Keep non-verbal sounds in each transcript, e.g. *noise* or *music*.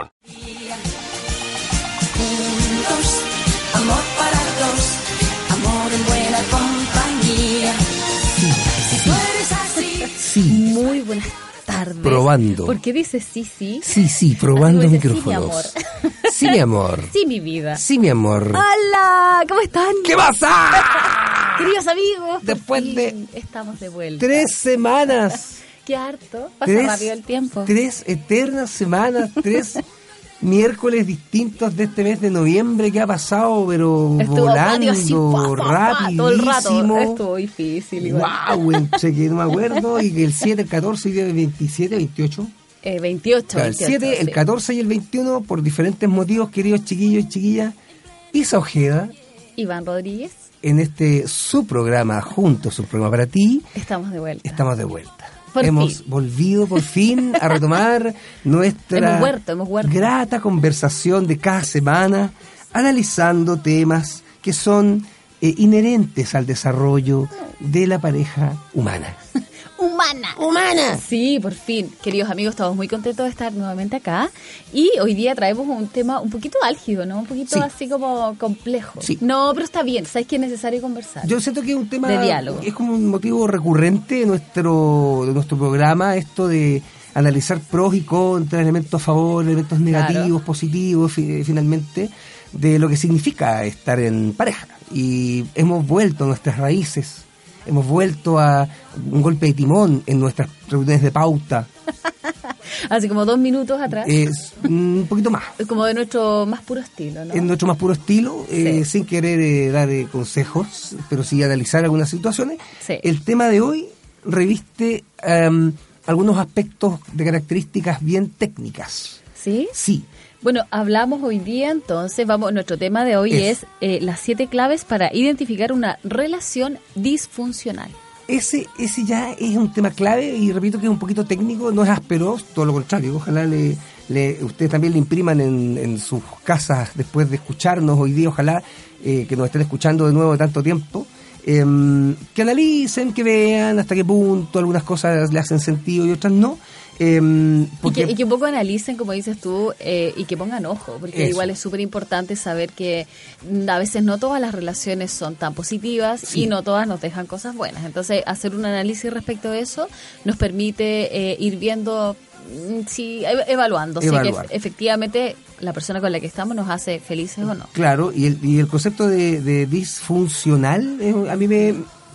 Juntos, amor para dos, amor en buena compañía. Tú eres así. Sí, Muy buenas tardes. Probando. ¿Por qué dices sí, sí? sí, sí, probando Algo dice, micrófonos. Sí, Sí, mi amor. Sí, mi vida. Sí, mi amor. ¡Hola! ¿Cómo están? ¿Qué pasa? Queridos amigos, Después por de fin Estamos de vuelta. Tres semanas. Qué harto. Pasa Tres, rápido el tiempo. Tres eternas semanas, tres miércoles distintos de este mes de noviembre que ha pasado, pero Estuvo volando, varios y pa, pa, pa, todo el rato. rapidísimo. Estuvo difícil igual. Wow, entre que no me acuerdo y que el 7, el 14 y el 27, 28. Eh, 28, Claro, el 28, 7, el sí. 14 y el 21, por diferentes motivos, queridos chiquillos y chiquillas, Isa Ojeda, Iván Rodríguez, en este su programa, junto su programa para ti, estamos de vuelta. estamos de vuelta. Por hemos fin. volvido por fin a *laughs* retomar nuestra Hemos vuelto, hemos vuelto. grata conversación de cada semana, analizando temas que son eh, inherentes al desarrollo de la pareja humana. Humana. ¡Humana! Sí, por fin. Queridos amigos, estamos muy contentos de estar nuevamente acá. Y hoy día traemos un tema un poquito álgido, ¿no? Un poquito Sí. así como complejo. Sí. No, pero está bien. ¿Sabes que es necesario conversar? Yo siento que es un tema De diálogo. Es como un motivo recurrente de nuestro, de nuestro programa, esto de analizar pros y contras, elementos a favor, elementos negativos, positivos, fi- eh, finalmente, de lo que significa estar en pareja. Y hemos vuelto a nuestras raíces, hemos vuelto a un golpe de timón en nuestras reuniones de pauta, Así como dos minutos atrás. es un poquito más. como de nuestro más puro estilo, ¿no? en nuestro más puro estilo, eh, Sí. sin querer eh, dar eh, consejos, pero sí analizar algunas situaciones. Sí. El tema de hoy reviste em, algunos aspectos de características bien técnicas. ¿Sí? Sí, Bueno, hablamos hoy día, entonces, vamos, nuestro tema de hoy Es. es, eh, las siete claves para identificar una relación disfuncional. ese, ese ya es un tema clave y repito que es un poquito técnico, no es áspero, todo lo contrario. Ojalá le, le- ustedes también le impriman en, en sus casas después de escucharnos hoy día, ojalá eh, que nos estén escuchando de nuevo de tanto tiempo. em, que analicen, que vean hasta qué punto algunas cosas le hacen sentido y otras no. em, Y que, porque y que un poco analicen, como dices tú, eh, y que pongan ojo, porque Eso. igual es súper importante saber que mm, a veces no todas las relaciones son tan positivas Sí. y no todas nos dejan cosas buenas. Entonces, hacer un análisis respecto de eso nos permite eh, ir viendo, mm, si, ev- evaluando, si Evaluar. que ef- efectivamente la persona con la que estamos nos hace felices o no. Claro, y el, y el concepto de, de disfuncional, eh, a mí me...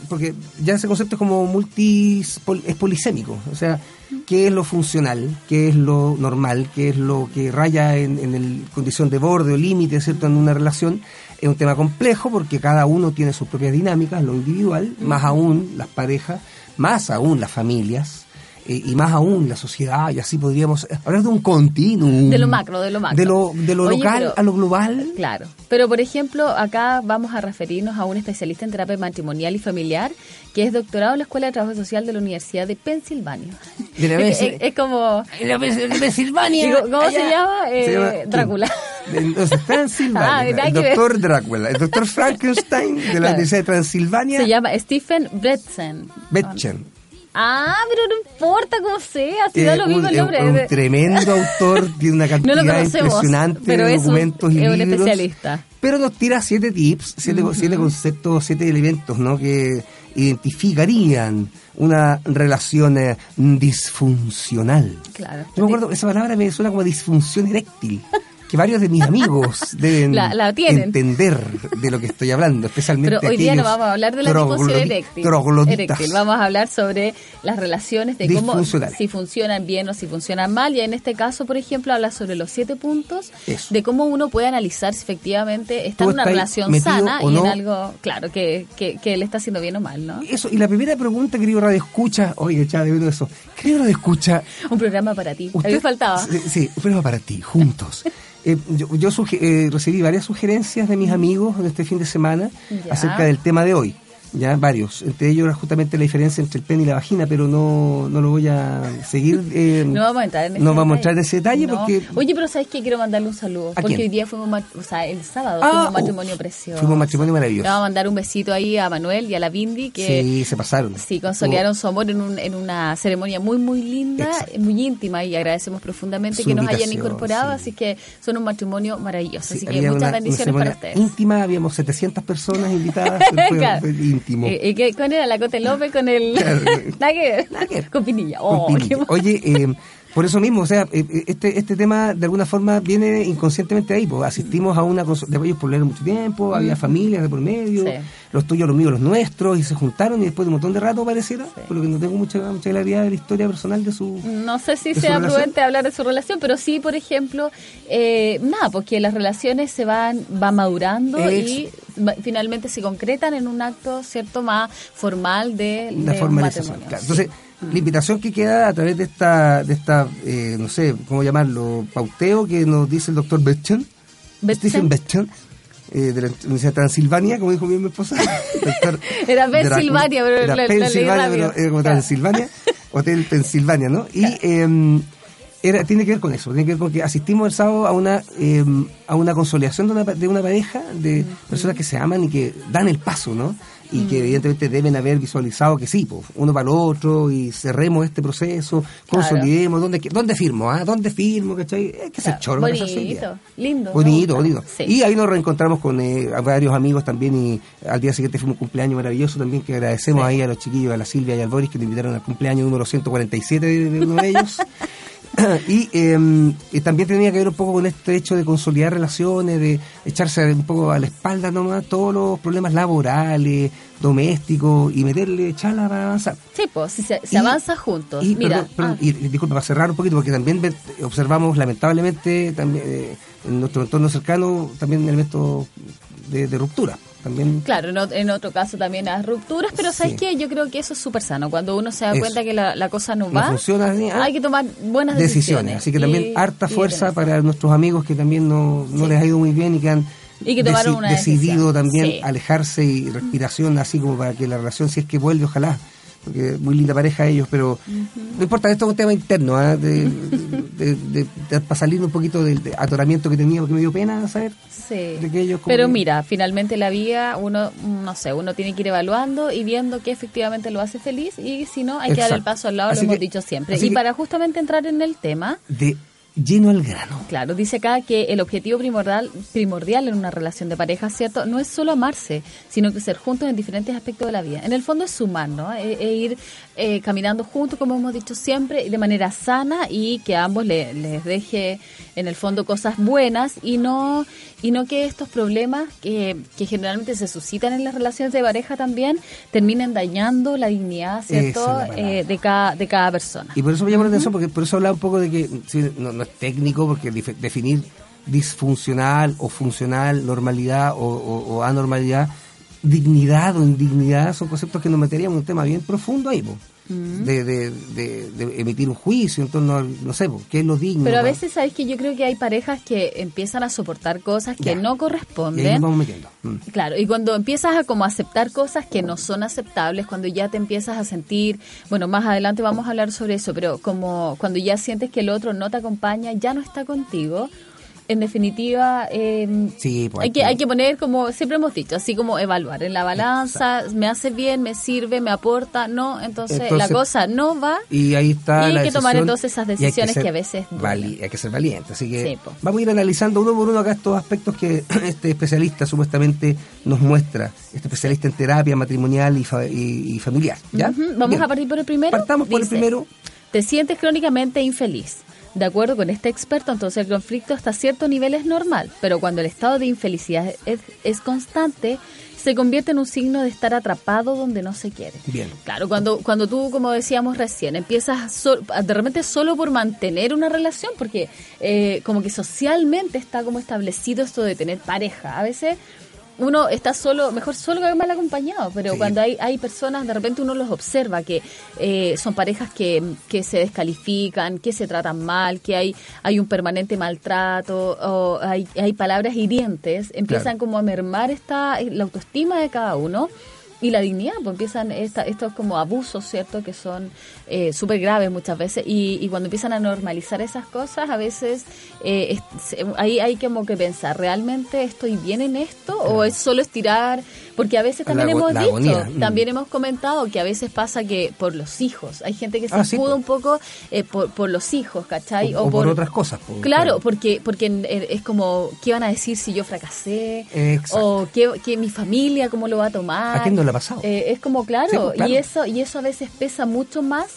Porque ya ese concepto es como multi... es polisémico. O sea, ¿qué es lo funcional? ¿Qué es lo normal? ¿Qué es lo que raya en, en el condición de borde o límite, ¿cierto? En una relación. Es un tema complejo porque cada uno tiene sus propias dinámicas, lo individual, más aún las parejas, más aún las familias. eh, Y más aún la sociedad, y así podríamos hablar de un continuum. De lo macro, de lo macro. De lo, de lo Oye, local pero- a lo global. Claro. Pero, por ejemplo, acá vamos a referirnos a un especialista en terapia matrimonial y familiar que es doctorado en la Escuela de Trabajo Social de la Universidad de Pensilvania. De la es, *laughs* Pensil- es- es como... La Pensilvania. Digo, ¿Cómo se llama? Eh, Drácula. Entonces, Transilvania. *laughs* Ah, nada el que ver. doctor Drácula. El doctor Frankenstein de la Claro. Universidad de Transilvania. Se llama Stephen Bretzen. Betchen. Ah, pero no importa cómo sea, si Eh, da lo mismo el eh, nombre. un tremendo autor, tiene una *laughs* No cantidad lo conocemos, impresionante pero de es un- documentos y es un libros. especialista. Pero nos tira siete tips, siete, siete conceptos, siete elementos ¿no? que identificarían una relación eh, disfuncional. Claro. Yo me acuerdo, esa palabra me suena como disfunción eréctil. que varios *laughs* de mis amigos deben La- la tienen. entender de lo que estoy hablando, especialmente Pero hoy día no aquellos vamos a hablar de la troglodi- disfunción eréctil. trogloditas. Eréctil. Vamos a hablar sobre las relaciones de cómo Disfuncionales. si funcionan bien o si funcionan mal. Y en este caso, por ejemplo, habla sobre los siete puntos Eso. de cómo uno puede analizar si efectivamente está Tú en una estás relación metido sana o y en no. algo, claro, que, que, que le está haciendo bien o mal, ¿no? Eso, y la primera pregunta, querido Radio Escucha, oye, echaba de uno eso, querido Radio Escucha, Un programa para ti. A mí me faltaba. Sí, sí, pero para ti, juntos. *laughs* Eh, yo yo suge- eh, recibí varias sugerencias de mis amigos de este fin de semana Ya. acerca del tema de hoy. Ya, varios. Entre ellos era justamente la diferencia entre el pene y la vagina, pero no, no lo voy a seguir. eh, *laughs* No vamos a entrar en ese no detalle. vamos a entrar en ese detalle No. porque. Oye, pero ¿sabes qué? Quiero mandarle un saludo. ¿A Porque quién? hoy día fuimos, mat- o sea, el sábado Ah, fuimos un uf, matrimonio precioso. fuimos un matrimonio maravilloso. Le vamos a mandar un besito ahí a Manuel y a la Bindi que... sí, se pasaron. Sí, consolidaron su amor en, un- en una ceremonia muy, muy linda, Exacto. muy íntima y agradecemos profundamente Su que nos hayan invitación, incorporado, sí. así que son un matrimonio maravilloso. Sí, así que había muchas una- una bendiciones para ceremonia ustedes. *laughs* Íntima, habíamos 700 personas invitadas, fue, Claro. fue íntimo. Eh, eh, ¿qué- ¿Cuál era la Cote López con el... Claro. *laughs* Nada que ver. Nada que ver. Con Pinilla. Oh, Con Pinilla. qué mal. Oye, *laughs* eh, por eso mismo, o sea, eh, eh, este, este tema de alguna forma viene inconscientemente ahí, pues asistimos a una cosa, de ellos por leer mucho tiempo, había familias de por medio, Mm. Sí. los tuyos, los míos, los nuestros, y se juntaron y después de un montón de rato pareciera, por lo que no tengo mucha, mucha claridad de la historia personal de su... No sé si ¿De su sea relación? prudente hablar de su relación, pero sí, por ejemplo, eh, nada, porque las relaciones se van, van madurando y va- finalmente se concretan en un acto, ¿cierto?, más formal de, la de un formalización. matrimonio. Mm. claro. Entonces, la invitación que queda a través de esta, de esta eh, no sé, ¿cómo llamarlo? Pauteo que nos dice el doctor Betchen. Betchen. Stephen Betchen. eh, de la Universidad de Transilvania, como dijo bien mi esposa. Doctor *laughs* Era Dra- Pensilvania, pero era la- la leí Pensilvania, rápido. pero era como Claro. Transilvania, Hotel Pensilvania, ¿no? Y eh, era, tiene que ver con eso, tiene que ver con que asistimos el sábado a una, eh, a una consolidación de una, pa- de una pareja de personas que se aman y que dan el paso, ¿no? Y que evidentemente deben haber visualizado que sí, pues, uno para el otro y cerremos este proceso, Claro. consolidemos, ¿dónde, qui- dónde firmo? Ah? ¿Dónde firmo? ¿Cachai? Es que se Claro, choro. bonito, casarse hoy día. lindo, me Bonito, gusta. bonito. Sí. Y ahí nos reencontramos con eh, a varios amigos también y al día siguiente fue un cumpleaños maravilloso también que agradecemos ahí a los chiquillos, a la Silvia y al Boris que nos invitaron al cumpleaños número 147 de, de uno de *laughs* ellos. y, eh, y también tenía que ver un poco con este hecho de consolidar relaciones, de echarse un poco a la espalda nomás todos los problemas laborales, domésticos y meterle chala para avanzar. Sí, pues, si se, se Y- avanza juntos. Y, Mira, perdón, perdón, ah, y, y disculpa, para cerrar un poquito, porque también ve- observamos lamentablemente también, eh, en nuestro entorno cercano también elementos de, de ruptura. También Claro, en, ot- en otro caso también las rupturas, pero ¿sabes Sí. qué? Yo creo que eso es súper sano. Cuando uno se da Eso. cuenta que la, la cosa no no va, funciona así, ah, hay que tomar buenas decisiones. decisiones. Así que también Y- harta y fuerza tener- para nuestros amigos que también no, no les ha ido muy bien y que han Y que tomaron una decisión. decidido también Sí. alejarse y respiración, así como para que la relación, si es que vuelve, ojalá. Porque muy linda pareja ellos, pero no importa, esto es un tema interno, ¿ah? *laughs* de, de- de- de- para salir un poquito del de atoramiento que tenía, porque me dio pena saber. Sí. de que ellos como Pero que- mira, finalmente la vida, uno, no sé, uno tiene que ir evaluando y viendo que efectivamente lo hace feliz y si no, hay que dar el Exacto. paso al lado, Así lo hemos que- dicho siempre. Y así que- para justamente entrar en el tema, De lleno al grano. Claro, dice acá que el objetivo primordial, primordial en una relación de pareja, ¿cierto? No es solo amarse, sino que ser juntos en diferentes aspectos de la vida. En el fondo es sumar, ¿no? E, e ir eh, caminando juntos, como hemos dicho siempre, de manera sana y que a ambos le- les deje, en el fondo, cosas buenas y no, y no que estos problemas que, que generalmente se suscitan en las relaciones de pareja también terminen dañando la dignidad, Esa ¿cierto? es la palabra. Eh, de, cada, de cada persona. Y por eso me llamó la atención, porque por eso hablaba un poco de que sí, no, no es técnico, porque dif- definir disfuncional o funcional, normalidad o, o- o anormalidad, dignidad o indignidad, son conceptos que nos meteríamos en un tema bien profundo ahí, po. de, de- de- de emitir un juicio en torno al, no sé, po, qué es lo digno. Pero a ¿no? veces sabes que yo creo que hay parejas que empiezan a soportar cosas que Ya. no Y ahí nos corresponden. vamos metiendo. Mm. Claro, y cuando empiezas a como aceptar cosas que no son aceptables, cuando ya te empiezas a sentir, bueno, más adelante vamos a hablar sobre eso, pero como cuando ya sientes que el otro no te acompaña, ya no está contigo, en definitiva, eh, Sí, pues, hay, que, hay que poner como siempre hemos dicho, así como evaluar en la balanza, me hace bien, me sirve, me aporta, no, entonces, la Entonces- cosa no va. Y ahí está. Y hay la que tomar decisión, entonces esas y hay decisiones ser que a veces duelen. vali- hay que ser valiente. Así que Sí, po. vamos a ir analizando uno por uno acá estos aspectos que *clears throat* este especialista supuestamente nos muestra. Este especialista en terapia matrimonial y, fa- y- y familiar. ¿ya? Ujú, Vamos Bien. a partir por el primero. Partamos por el Dice, primero. Te sientes crónicamente infeliz. De acuerdo con este experto, entonces el conflicto hasta cierto nivel es normal, pero cuando el estado de infelicidad es, es constante, se convierte en un signo de estar atrapado donde no se quiere. Bien. Claro, cuando, cuando tú, como decíamos recién, empiezas so- de repente solo por mantener una relación, porque eh, como que socialmente está como establecido esto de tener pareja. A veces uno está solo, mejor solo que mal acompañado, pero Sí. cuando hay, hay personas, de repente uno los observa, que eh, son parejas que, que se descalifican, que se tratan mal, que hay, hay un permanente maltrato, o hay, hay palabras hirientes, empiezan Claro. como a mermar esta, la autoestima de cada uno. Y la dignidad, pues empiezan esta, estos como abusos, ¿cierto? Que son eh, súper graves muchas veces. Y, y cuando empiezan a normalizar esas cosas, a veces eh, es- se- ahí hay como que pensar, ¿realmente estoy bien en esto? ¿O es solo estirar? Porque a veces La también ago- hemos la dicho, agonía, mm. también hemos comentado que a veces pasa que por los hijos, hay gente que se Ah, sí, escuda po. un poco eh, por, por los hijos, ¿cachai? O- o por otras cosas, po, Claro, claro. porque porque en- en- es como, ¿qué van a decir si yo fracasé? Exacto. O ¿qué, qué mi familia, cómo lo va a tomar? ¿A quién no le ha pasado? Eh, es como, claro, Sí, pues, claro. Y, eso, y eso a veces pesa mucho más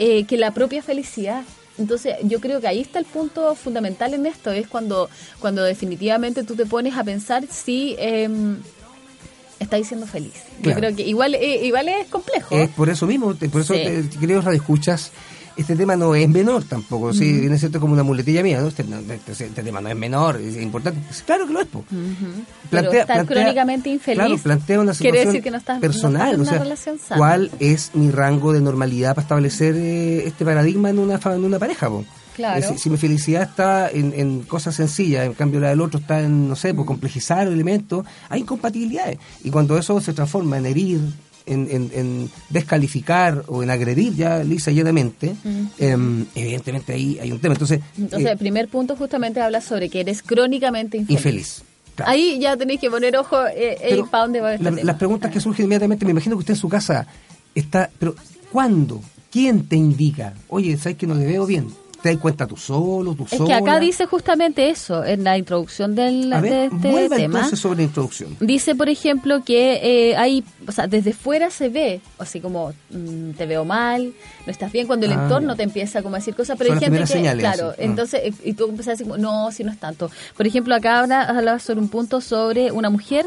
eh, que la propia felicidad. Entonces, yo creo que ahí está el punto fundamental en esto, es cuando, cuando definitivamente tú te pones a pensar si... em, estáis siendo feliz. Yo Claro. creo que igual, eh, igual es complejo. Es por eso mismo, te- por eso, Sí. te- queridos radioescuchas, este tema no es menor tampoco, sí, Mm. en ese cierto es como una muletilla mía, ¿no? Este, no- este- este tema no es menor, es importante. Pues Claro que lo es, po. Pero estar crónicamente infeliz Claro, plantea una quiere situación decir que no estás- no estás personal, en o una sea, relación sana. ¿cuál es mi rango de normalidad para establecer eh, este paradigma en una, fa- en una pareja, po? Claro. Eh, si- si mi felicidad está en, en cosas sencillas, en cambio la del otro está en, no sé, por complejizar elementos, hay incompatibilidades. Y cuando eso se transforma en herir, en, en- en descalificar o en agredir ya lisa y llanamente, em, evidentemente ahí hay un tema. Entonces, Entonces, eh, el primer punto justamente habla sobre que eres crónicamente infeliz. infeliz. Claro. Ahí ya tenéis que poner ojo eh, eh, Pero pa' dónde va este la- tema. Las preguntas que surgen inmediatamente, me imagino que usted en su casa está, pero ¿cuándo? ¿Quién te indica? Oye, ¿sabes que no te veo bien? ¿Te das cuenta tú solo, tú Es sola? que acá dice justamente eso en la introducción del, A ver, de este vuelva tema. entonces sobre la introducción. Dice, por ejemplo, que eh, hay, o sea, desde fuera se ve, así como mm, te veo mal, no estás bien, cuando el Ah, entorno ya. te empieza como a decir cosas, pero Son hay las gente que, primeras señales, claro, así. Ah. entonces, eh, y tú empiezas a decir, como, no, si no es tanto. Por ejemplo, acá habla, hablaba sobre un punto sobre una mujer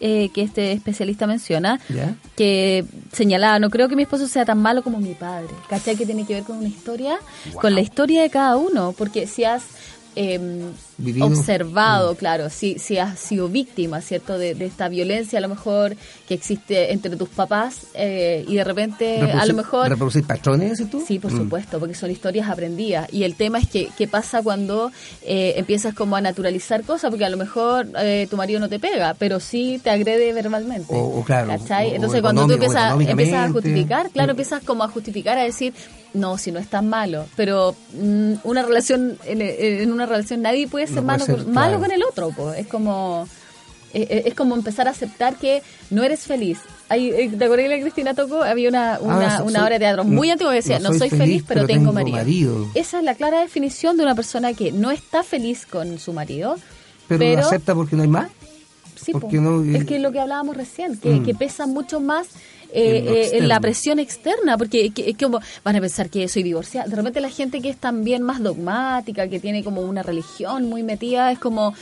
eh, que este especialista menciona, Ya. que señalaba, no creo que mi esposo sea tan malo como mi padre. ¿Cachai? Que tiene que ver con una historia, con la historia de cada uno, porque si has eh, Vivido. observado, claro, si, si has sido víctima, ¿cierto? De, de esta violencia a lo mejor que existe entre tus papás eh, y de repente a lo Reproducir- mejor... ¿Reproducir patrones, dices tú? Sí, por Mm. supuesto, porque son historias aprendidas. Y el tema es que qué pasa cuando eh, empiezas como a naturalizar cosas, porque a lo mejor eh, tu marido no te pega, pero sí te agrede verbalmente. O- o claro, ¿Cachai? o- o Entonces cuando tú económico- empiezas, económicamente. empiezas a justificar, claro, Mm. empiezas como a justificar, a decir, no, si no es tan malo, pero mm, una relación, en, en una relación nadie puede ser, No puede malo, ser, con, malo claro. con el otro, po. es como... Eh, eh, Es como empezar a aceptar que no eres feliz. Hay, eh, ¿Te acuerdas que la Cristina tocó? Había una, una, Ah, so- una soy- obra de teatro muy no- antigua que decía, no, soy feliz, pero, tengo, marido. Esa es la clara definición de una persona que no está feliz con su marido, Pero, pero, lo acepta porque no hay más. sí, ¿por po. qué no? es que lo que hablábamos recién, que, Mm. que pesa mucho más En lo eh, eh, en la externo. presión externa, porque que- que como van a pensar que soy divorciada. De repente la gente que es también más dogmática, que tiene como una religión muy metida, es como...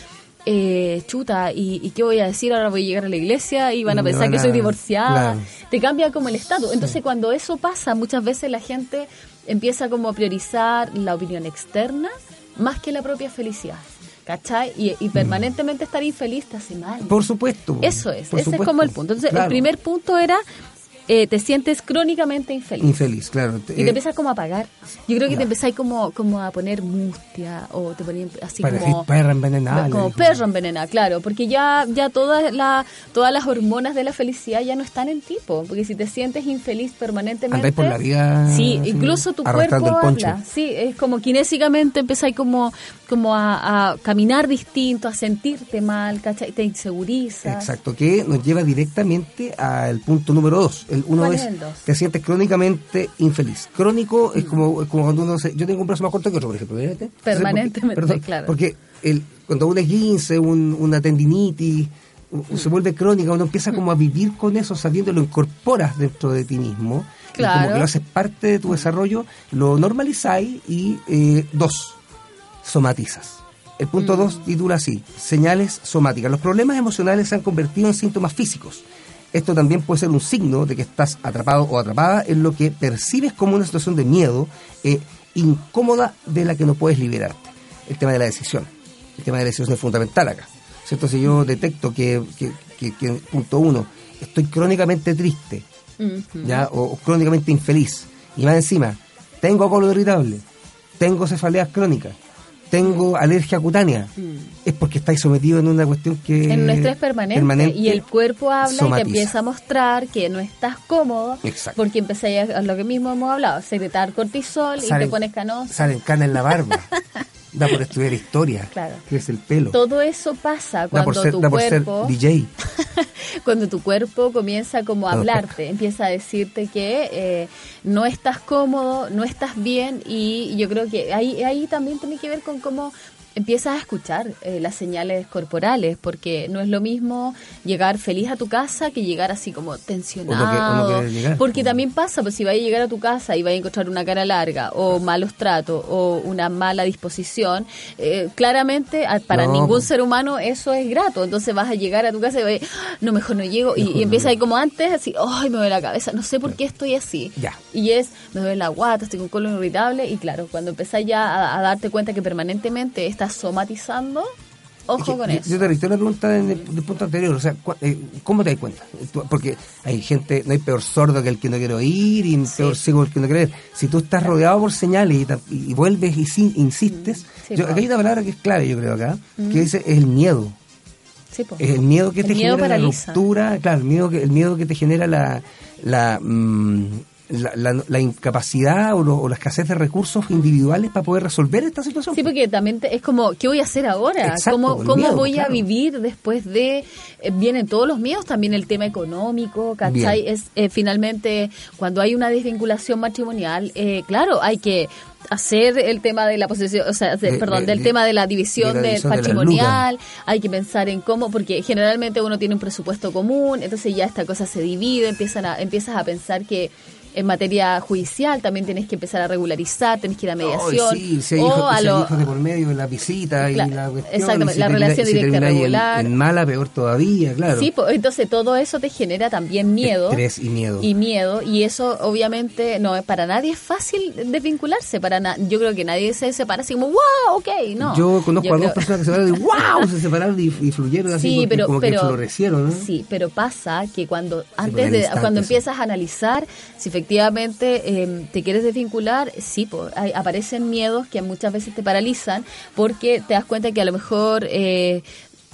eh, chuta, ¿y, y qué voy a decir? Ahora voy a llegar a la iglesia y van a Me pensar van que a- soy divorciada. claro. Te cambia como el estatus. Entonces, cuando eso pasa, muchas veces la gente empieza como a priorizar la opinión externa más que la propia felicidad. ¿Cachai? Y, y permanentemente estar infeliz te hace mal. Mm. Por supuesto. Eso es, por ese es supuesto. como el punto. Entonces, el Claro. primer punto era, eh, te sientes crónicamente infeliz. Infeliz, claro. Eh, Y te empiezas como a apagar. Yo creo que ya. te empezáis como, como a poner mustia o te ponían así Parecís como... perra envenenada, le Como dijo. perro envenenada, claro. Porque ya, ya todas la, todas las hormonas de la felicidad ya no están en tipo. Porque si te sientes infeliz permanentemente... Andáis por la vida, Sí, así, incluso tu arrastrando cuerpo el poncho. habla. Sí, es como kinésicamente empezáis como, como a, a caminar distinto, a sentirte mal, ¿cachai? Te insegurizas. Exacto, que nos lleva directamente al punto número dos. El uno ¿Cuál es, es el dos? Mm. te sientes crónicamente infeliz. Crónico es como, es como cuando uno se, yo tengo un brazo más corto que otro, por ejemplo. ¿viste? Entonces, Permanentemente, porque- perdón, claro. Porque el, cuando uno es 15, una tendinitis, u- Mm. se vuelve crónica, uno empieza como a vivir con eso, sabiendo lo incorporas dentro de ti mismo. y Claro. Como que lo haces parte de tu desarrollo, lo normalizáis y eh, dos, somatizas. El punto 2 titula así, señales somáticas. Los problemas emocionales se han convertido en síntomas físicos. Esto también puede ser un signo de que estás atrapado o atrapada en lo que percibes como una situación de miedo eh, incómoda de la que no puedes liberarte. El tema de la decisión. El tema de la decisión es fundamental acá. ¿Cierto? Si yo detecto que, que- que- que, punto uno, estoy crónicamente triste, ¿ya? O, o crónicamente infeliz. Y más encima, tengo color irritable, tengo cefaleas crónicas, tengo alergia cutánea. Es porque estáis sometidos en una cuestión que... Mm. En un estrés permanente, y el cuerpo habla y Eh, somatiza. te empieza a mostrar que no estás cómodo Exacto. porque empecé a, a lo que mismo hemos hablado, secretar cortisol y Salen- te pones canoso. Salen canas en la *laughs* barba. da por estudiar historia. Claro. Crece el pelo. Todo eso pasa da por cuando ser, tu da por ser cuerpo DJ. cuando tu cuerpo comienza como a Todo hablarte, empieza a decirte que eh, no estás cómodo, no estás bien y yo creo que ahí, ahí también tiene que ver con cómo empiezas a escuchar eh, las señales corporales, porque no es lo mismo llegar feliz a tu casa que llegar así como tensionado, quieres llegar. porque también pasa, pues si vas a llegar a tu casa y vas a encontrar una cara larga o malos tratos o una mala disposición, eh, claramente a- para No, ningún pues. ser humano eso es grato. Entonces vas a llegar a tu casa y vas a decir, "Ah, no, mejor no llego. Y, y empieza ahí como antes, así, ay, me duele la cabeza, no sé por qué estoy así. Ya. Y es, me duele la guata, estoy con colon irritable. Y claro, cuando empezás ya a, a darte cuenta que permanentemente estás somatizando, ojo Es que con yo, eso. yo te reitero la pregunta en el, del punto anterior, o sea, cua- eh, ¿cómo te das cuenta? Tú- Porque hay gente, no hay peor sordo que el que no quiere oír y peor ciego que el que no quiere ver. Si tú estás rodeado por señales y, ta- y- y vuelves y sin- insistes, Mm, sí, yo- po. acá hay una palabra que es clave, yo creo acá, que dice el miedo. Sí, po. El miedo que El te miedo genera paraliza. la ruptura, claro, el miedo que, el miedo que te genera la, la, mm, la, la- la incapacidad o, lo- o la escasez de recursos individuales para poder resolver esta situación. Sí, porque también te- es como, ¿qué voy a hacer ahora? Exacto, ¿Cómo, el cómo miedo, voy a claro. vivir después de...? eh, vienen todos los miedos, también el tema económico, ¿cachai? Bien. Es, eh, finalmente, cuando hay una desvinculación matrimonial, eh, claro, hay que hacer el tema de la posesión, o sea, de- De- perdón, de- del Eh, de- tema de la división, de la división de la patrimonial, hay que pensar en cómo, porque generalmente uno tiene un presupuesto común, entonces ya esta cosa se divide, empiezan a, empiezas a pensar que en materia judicial también tienes que empezar a regularizar, tenés que ir a mediación Ay, sí, si hay o hijos, a si hay lo- hijos de por medio, la visita Claro, y la cuestión. y exactamente, si la te relación termina- y si directa termina ahí en- regular. En, mala, peor todavía, claro. Sí, pues, entonces todo eso te genera también miedo. Estrés y miedo. Y miedo, y eso obviamente no es para nadie es fácil desvincularse. para na- Yo creo que nadie se separa así como, wow, ok, no. Yo conozco a creo- dos personas que se separaron y ¡wow! se separaron y, y fluyeron así Sí, porque pero, como pero que ¿eh? florecieron, ¿no? sí, pero pasa que cuando pero antes en de instantes, cuando sí. empiezas a analizar si efectivamente eh, te quieres desvincular, sí, po, hay- aparecen miedos que muchas veces te paralizan porque te das cuenta que a lo mejor eh,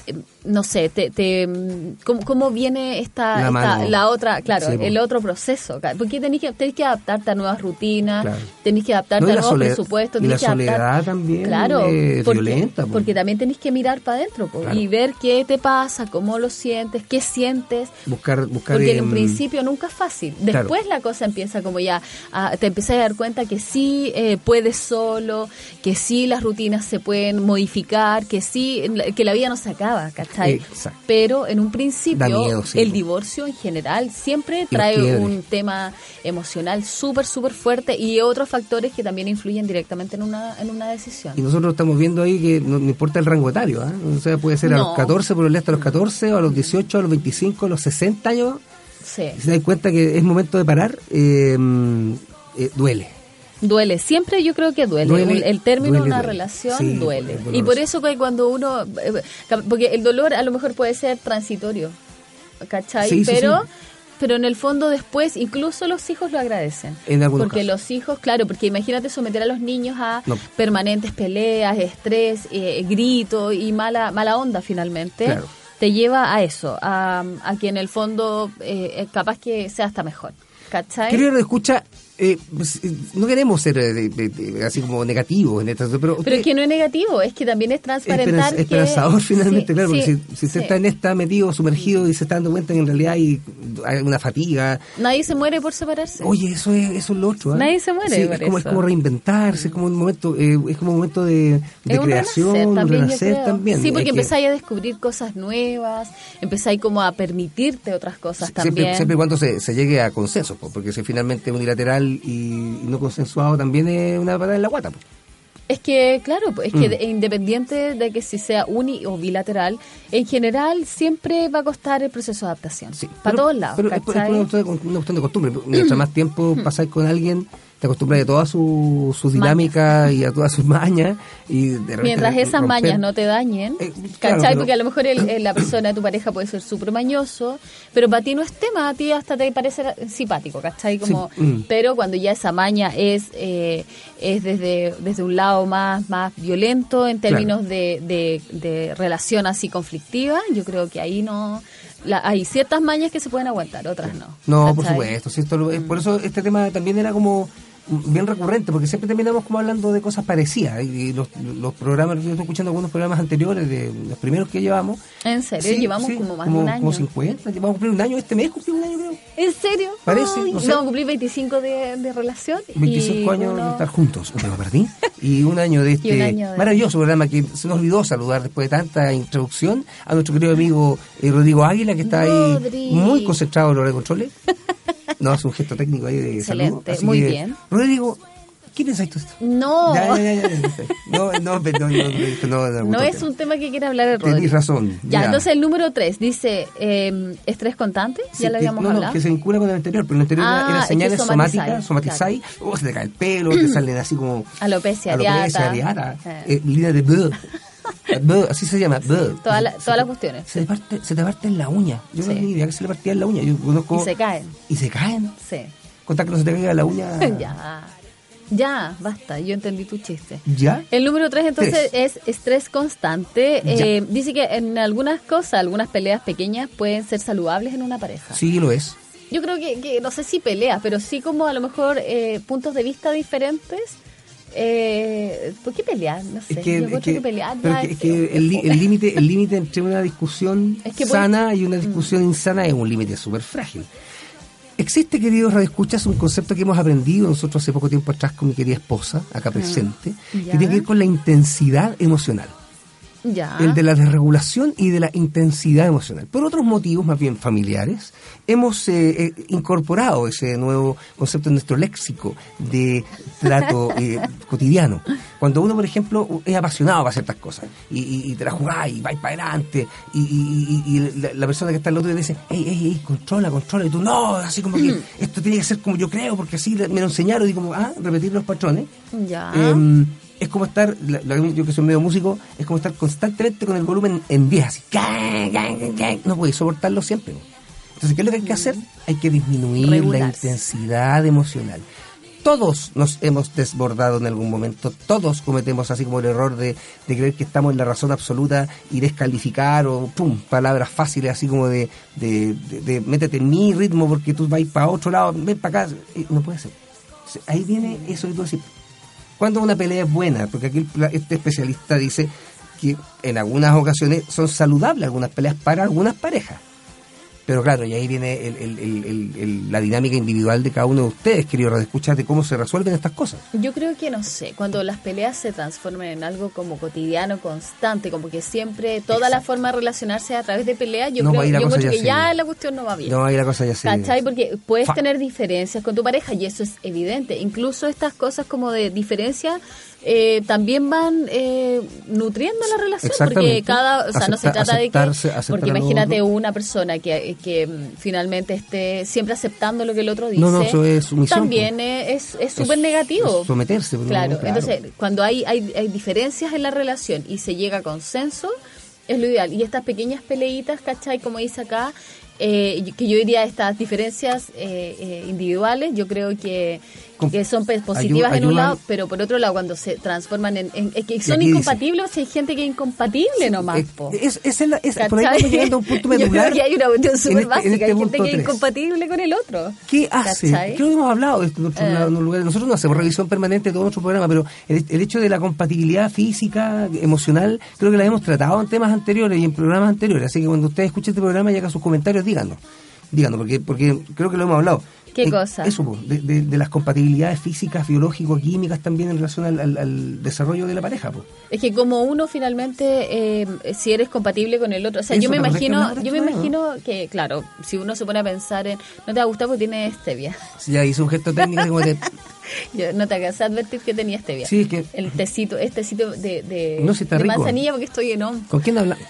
eh, no sé, te, te, mm, ¿cómo, cómo viene esta, La esta- mano. la otra, claro, Sí, po. el otro proceso? ca- Porque tenés que, tenés que adaptarte a nuevas rutinas, Claro. tenés que adaptarte No, y a la nuevos soled- presupuestos, y la tenés que adaptar- soledad también claro, es porque, violenta, po. porque también tenés que mirar para adentro po, Claro. y ver qué te pasa, cómo lo sientes, qué sientes. Buscar, buscar Porque en em, un principio nunca es fácil. claro. Después la cosa empieza como ya, a- te empiezas a dar cuenta que sí eh, puedes solo, que sí las rutinas se pueden modificar, que sí, que la vida no se acaba, ¿cachai? Exacto. Pero en un principio miedo, sí, el po. divorcio en general siempre Y trae quiebre. un tema emocional súper, súper fuerte y otros factores que también influyen directamente en una, en una decisión. Y nosotros estamos viendo ahí que no, no importa el rango etario, ¿ah? O sea, puede ser a No. los 14, por el hasta los 14, o a los 18, a los 25, a los 60 años. Sí. Si se dan cuenta que es momento de parar, eh, eh, duele. Duele, siempre yo creo que duele. Duele, Un- el término de duele, una duele. relación Sí, duele. es Y por doloroso. eso que cuando uno, eh, porque el dolor a lo mejor puede ser transitorio, ¿cachai? Sí, sí, pero, sí. pero en el fondo después incluso los hijos lo agradecen. En algunos porque casos. los hijos, claro, porque imagínate someter a los niños a No. permanentes peleas, estrés, eh, grito y mala, mala onda finalmente. Claro. Te lleva a eso, a, a que en el fondo eh, capaz que sea hasta mejor. ¿Cachai? Querido escucha, eh, pues, eh, no queremos ser eh, de- de- de- así como negativos en esta pero, Pero usted- es que no es negativo, es que también es transparentar esperanz- esperanzador *laughs* que... finalmente, Sí, claro, porque sí, si, si usted sí. está en esta metido, sumergido y se está dando cuenta que en realidad hay, hay una fatiga. Nadie se muere por separarse. Oye, eso es, eso es lo otro. ¿ah? Nadie se muere Sí, es, por como, es eso. como reinventarse, es como un momento, eh, es como un momento de, de Es un creación, renacer un también, yo renacer creo. también. Sí, porque Es que empezáis a descubrir cosas nuevas, empezáis como a permitirte otras cosas Siempre, también. siempre y cuando se, se llegue a consenso, po, porque si finalmente unilateral y no consensuado también es una patada en la guata. po. Es que, claro, pues, es que Mm. de- independiente de que si sea uni o bilateral, en general siempre va a costar el proceso de adaptación. Sí, Para pero- todos lados, Pero es- es, ¿cachai? Mm. una, cuestión de, una cuestión de costumbre. Mientras más tiempo pasáis con alguien, te acostumbras a todas sus su dinámicas y a todas sus mañas. Y de repente Mientras esas romper- mañas no te dañen, Eh, claro, ¿cachai? pero- Porque a lo mejor el- el- la persona de tu pareja puede ser súper mañoso, pero para ti no es tema, a ti hasta te parece simpático, ¿cachai? Como, Sí, mm. Pero cuando ya esa maña es eh, es desde, desde un lado más, más violento en términos de, de- de relación así conflictiva, yo creo que ahí no... la- hay ciertas mañas que se pueden aguantar, otras no. No, por ¿cachai? Mm. supuesto. sí, esto lo- eh, Por eso este tema también era como bien recurrente, porque siempre terminamos como hablando de cosas parecidas. Y- Y los, los programas, yo estoy escuchando algunos programas anteriores, de los primeros que llevamos. En serio, Sí, llevamos sí, como más de un año. Como 50, llevamos a cumplir un año este mes, cumplimos un año creo. ¿En serio? Parece, Ay, no sé. Vamos a cumplir 25 de, de relación. y 25 años uno- de estar juntos, me lo perdí. Y un año de Y un este año de- maravilloso programa que se nos olvidó saludar después de tanta introducción a nuestro querido amigo eh, Rodrigo Águila, que está Rodri. ahí muy concentrado en los de controles. No, hace un gesto técnico ahí de Excelente, saludo. muy que, bien. Rodrigo, ¿qué pensáis tú de esto? No. Ya, ya, ya, ya, ya. No, no, no, no, no, no, no, No otro es tema. un tema que quiera hablar el Tenís Rodri. razón, Ya, ya. entonces el número 3 dice eh, estrés constante, Sí, ya lo que- habíamos no, no, hablado. que se vincula con el anterior, pero el anterior Ah, era- es era que señales somatizáis, somáticas, somatizáis, oh, se te cae el pelo, *clears throat* te salen así como Alopecia alopecia, areata. areata, Eh. eh, línea de bleh. Bleh, así se llama, bleh. toda la- Se- todas las se- cuestiones. Se, te parte, se te parten la uña. Yo no Sí. tenía idea que se le partían la uña. Yo conozco, Y se caen. Y se caen. Sí. Contar que no se te caiga la uña. *laughs* ya. Ya, basta, yo entendí tu chiste. ¿Ya? El número 3 entonces es estrés constante. Ya. Eh, dice que en algunas cosas, algunas peleas pequeñas pueden ser saludables en una pareja. Sí, lo es. Yo creo que, que no sé si peleas, pero sí como a lo mejor eh, puntos de vista diferentes. Eh, ¿Por qué pelear? No sé. Es que, yo es encuentro que- que pelear pero ya es que- es es que el li- el límite el límite entre una discusión Es que puede- Mm. sana y una discusión insana es un límite súper frágil. Existe, queridos radioescuchas, un concepto que hemos aprendido nosotros hace poco tiempo atrás con mi querida esposa, acá presente, que Ah, Ya. tiene que ver con la intensidad emocional. ya. El de la desregulación y de la intensidad emocional. Por otros motivos, más bien familiares, hemos eh, eh, incorporado ese nuevo concepto en nuestro léxico de trato eh, cotidiano. Cuando uno, por ejemplo, es apasionado para ciertas cosas y, y- y te la jugás y vais para adelante y, y- y- y la, la persona que está al otro lado dice, hey, hey, hey, controla, controla, y tú no, así como que esto tiene que ser como yo creo, porque así me lo enseñaron y como, ah, repetir los patrones. Ya. Em, es como estar, la- la- yo que soy medio músico, es como estar constantemente con el volumen en 10, así. can, can, can, can. No podéis soportarlo siempre. Entonces, ¿qué es lo que hay que hacer? Hay que disminuir la Regularse. intensidad emocional. Todos nos hemos desbordado en algún momento, todos cometemos así como el error de, de creer que estamos en la razón absoluta y descalificar o, pum, palabras fáciles así como de, de, de- de métete en mi ritmo porque tú vas para otro lado, ven para acá. Eh, No puede ser. Entonces, Ahí viene eso que tú decís, cuando una pelea es buena, porque aquí el pla- este especialista dice que en algunas ocasiones son saludables algunas peleas para algunas parejas. Pero claro, y ahí viene el- el- el- el- el- la dinámica individual de cada uno de ustedes, querido escuchar de cómo se resuelven estas cosas. Yo creo que no sé, cuando las peleas se transforman en algo como cotidiano, constante, como que siempre toda la forma de relacionarse a través de peleas, yo No creo va a ir yo la cosa encuentro ya que ya así. la cuestión no va bien. No, ahí la cosa ya se... ¿Cachai? Porque puedes Fa- tener diferencias con tu pareja y eso es evidente. Incluso estas cosas como de diferencia eh, también van eh, nutriendo la relación. Porque Exactamente. cada, o sea, no se Acepta- trata de aceptarse- que... aceptar Porque al imagínate otro. una persona que, que mm, finalmente esté siempre aceptando lo que el otro dice. No, no, eso es sumisión, También es es súper Es- negativo. es someterse, pero no, Claro. claro. entonces cuando hay, hay, hay diferencias en la relación y se llega a consenso, es lo ideal. Y estas pequeñas peleitas, ¿cachai? Como dice acá, eh, y- que yo diría estas diferencias eh, eh, individuales, yo creo que, Com- que son pe- ayu- positivas en un ayudan- lado, pero por otro lado, cuando se transforman en... en- es que son aquí dice- incompatibles, hay gente que es incompatible nomás. Eh, po. es, es el- es- por ahí ¿Cachai? estamos llegando a un punto *laughs* Yo creo medular. que hay una cuestión en súper este- en básica. este hay gente punto que es tres. incompatible con el otro. ¿Qué hace? ¿Cachai? Creo que hemos hablado de esto en otro Eh. lado, en un lugar. Nosotros no hacemos revisión permanente de todo nuestro programa, pero el, el hecho de la compatibilidad física, emocional, creo que la hemos tratado en temas anteriores y en programas anteriores. Así que cuando ustedes escuchen este programa y hagan sus comentarios, díganos. Díganos, porque, porque creo que lo hemos hablado. ¿Qué Eh, cosa? Eso, po, de, de- de las compatibilidades físicas, biológico-químicas también en relación al, al- al desarrollo de la pareja. po. Es que como uno finalmente, eh, si eres compatible con el otro, o sea, Eso, yo me ¿te acordás que imagino, hablamos de yo me esto, no? imagino que, claro, si uno se pone a pensar en, no te va a gustar porque tiene stevia. *laughs* Ya hice un gesto técnico así como de... Yo no te alcancé a advertir que tenía este bien. Sí, que- El tecito, este tecito de, de, No, sí está de rico. manzanilla porque estoy en on- ¿Con quién hablamos?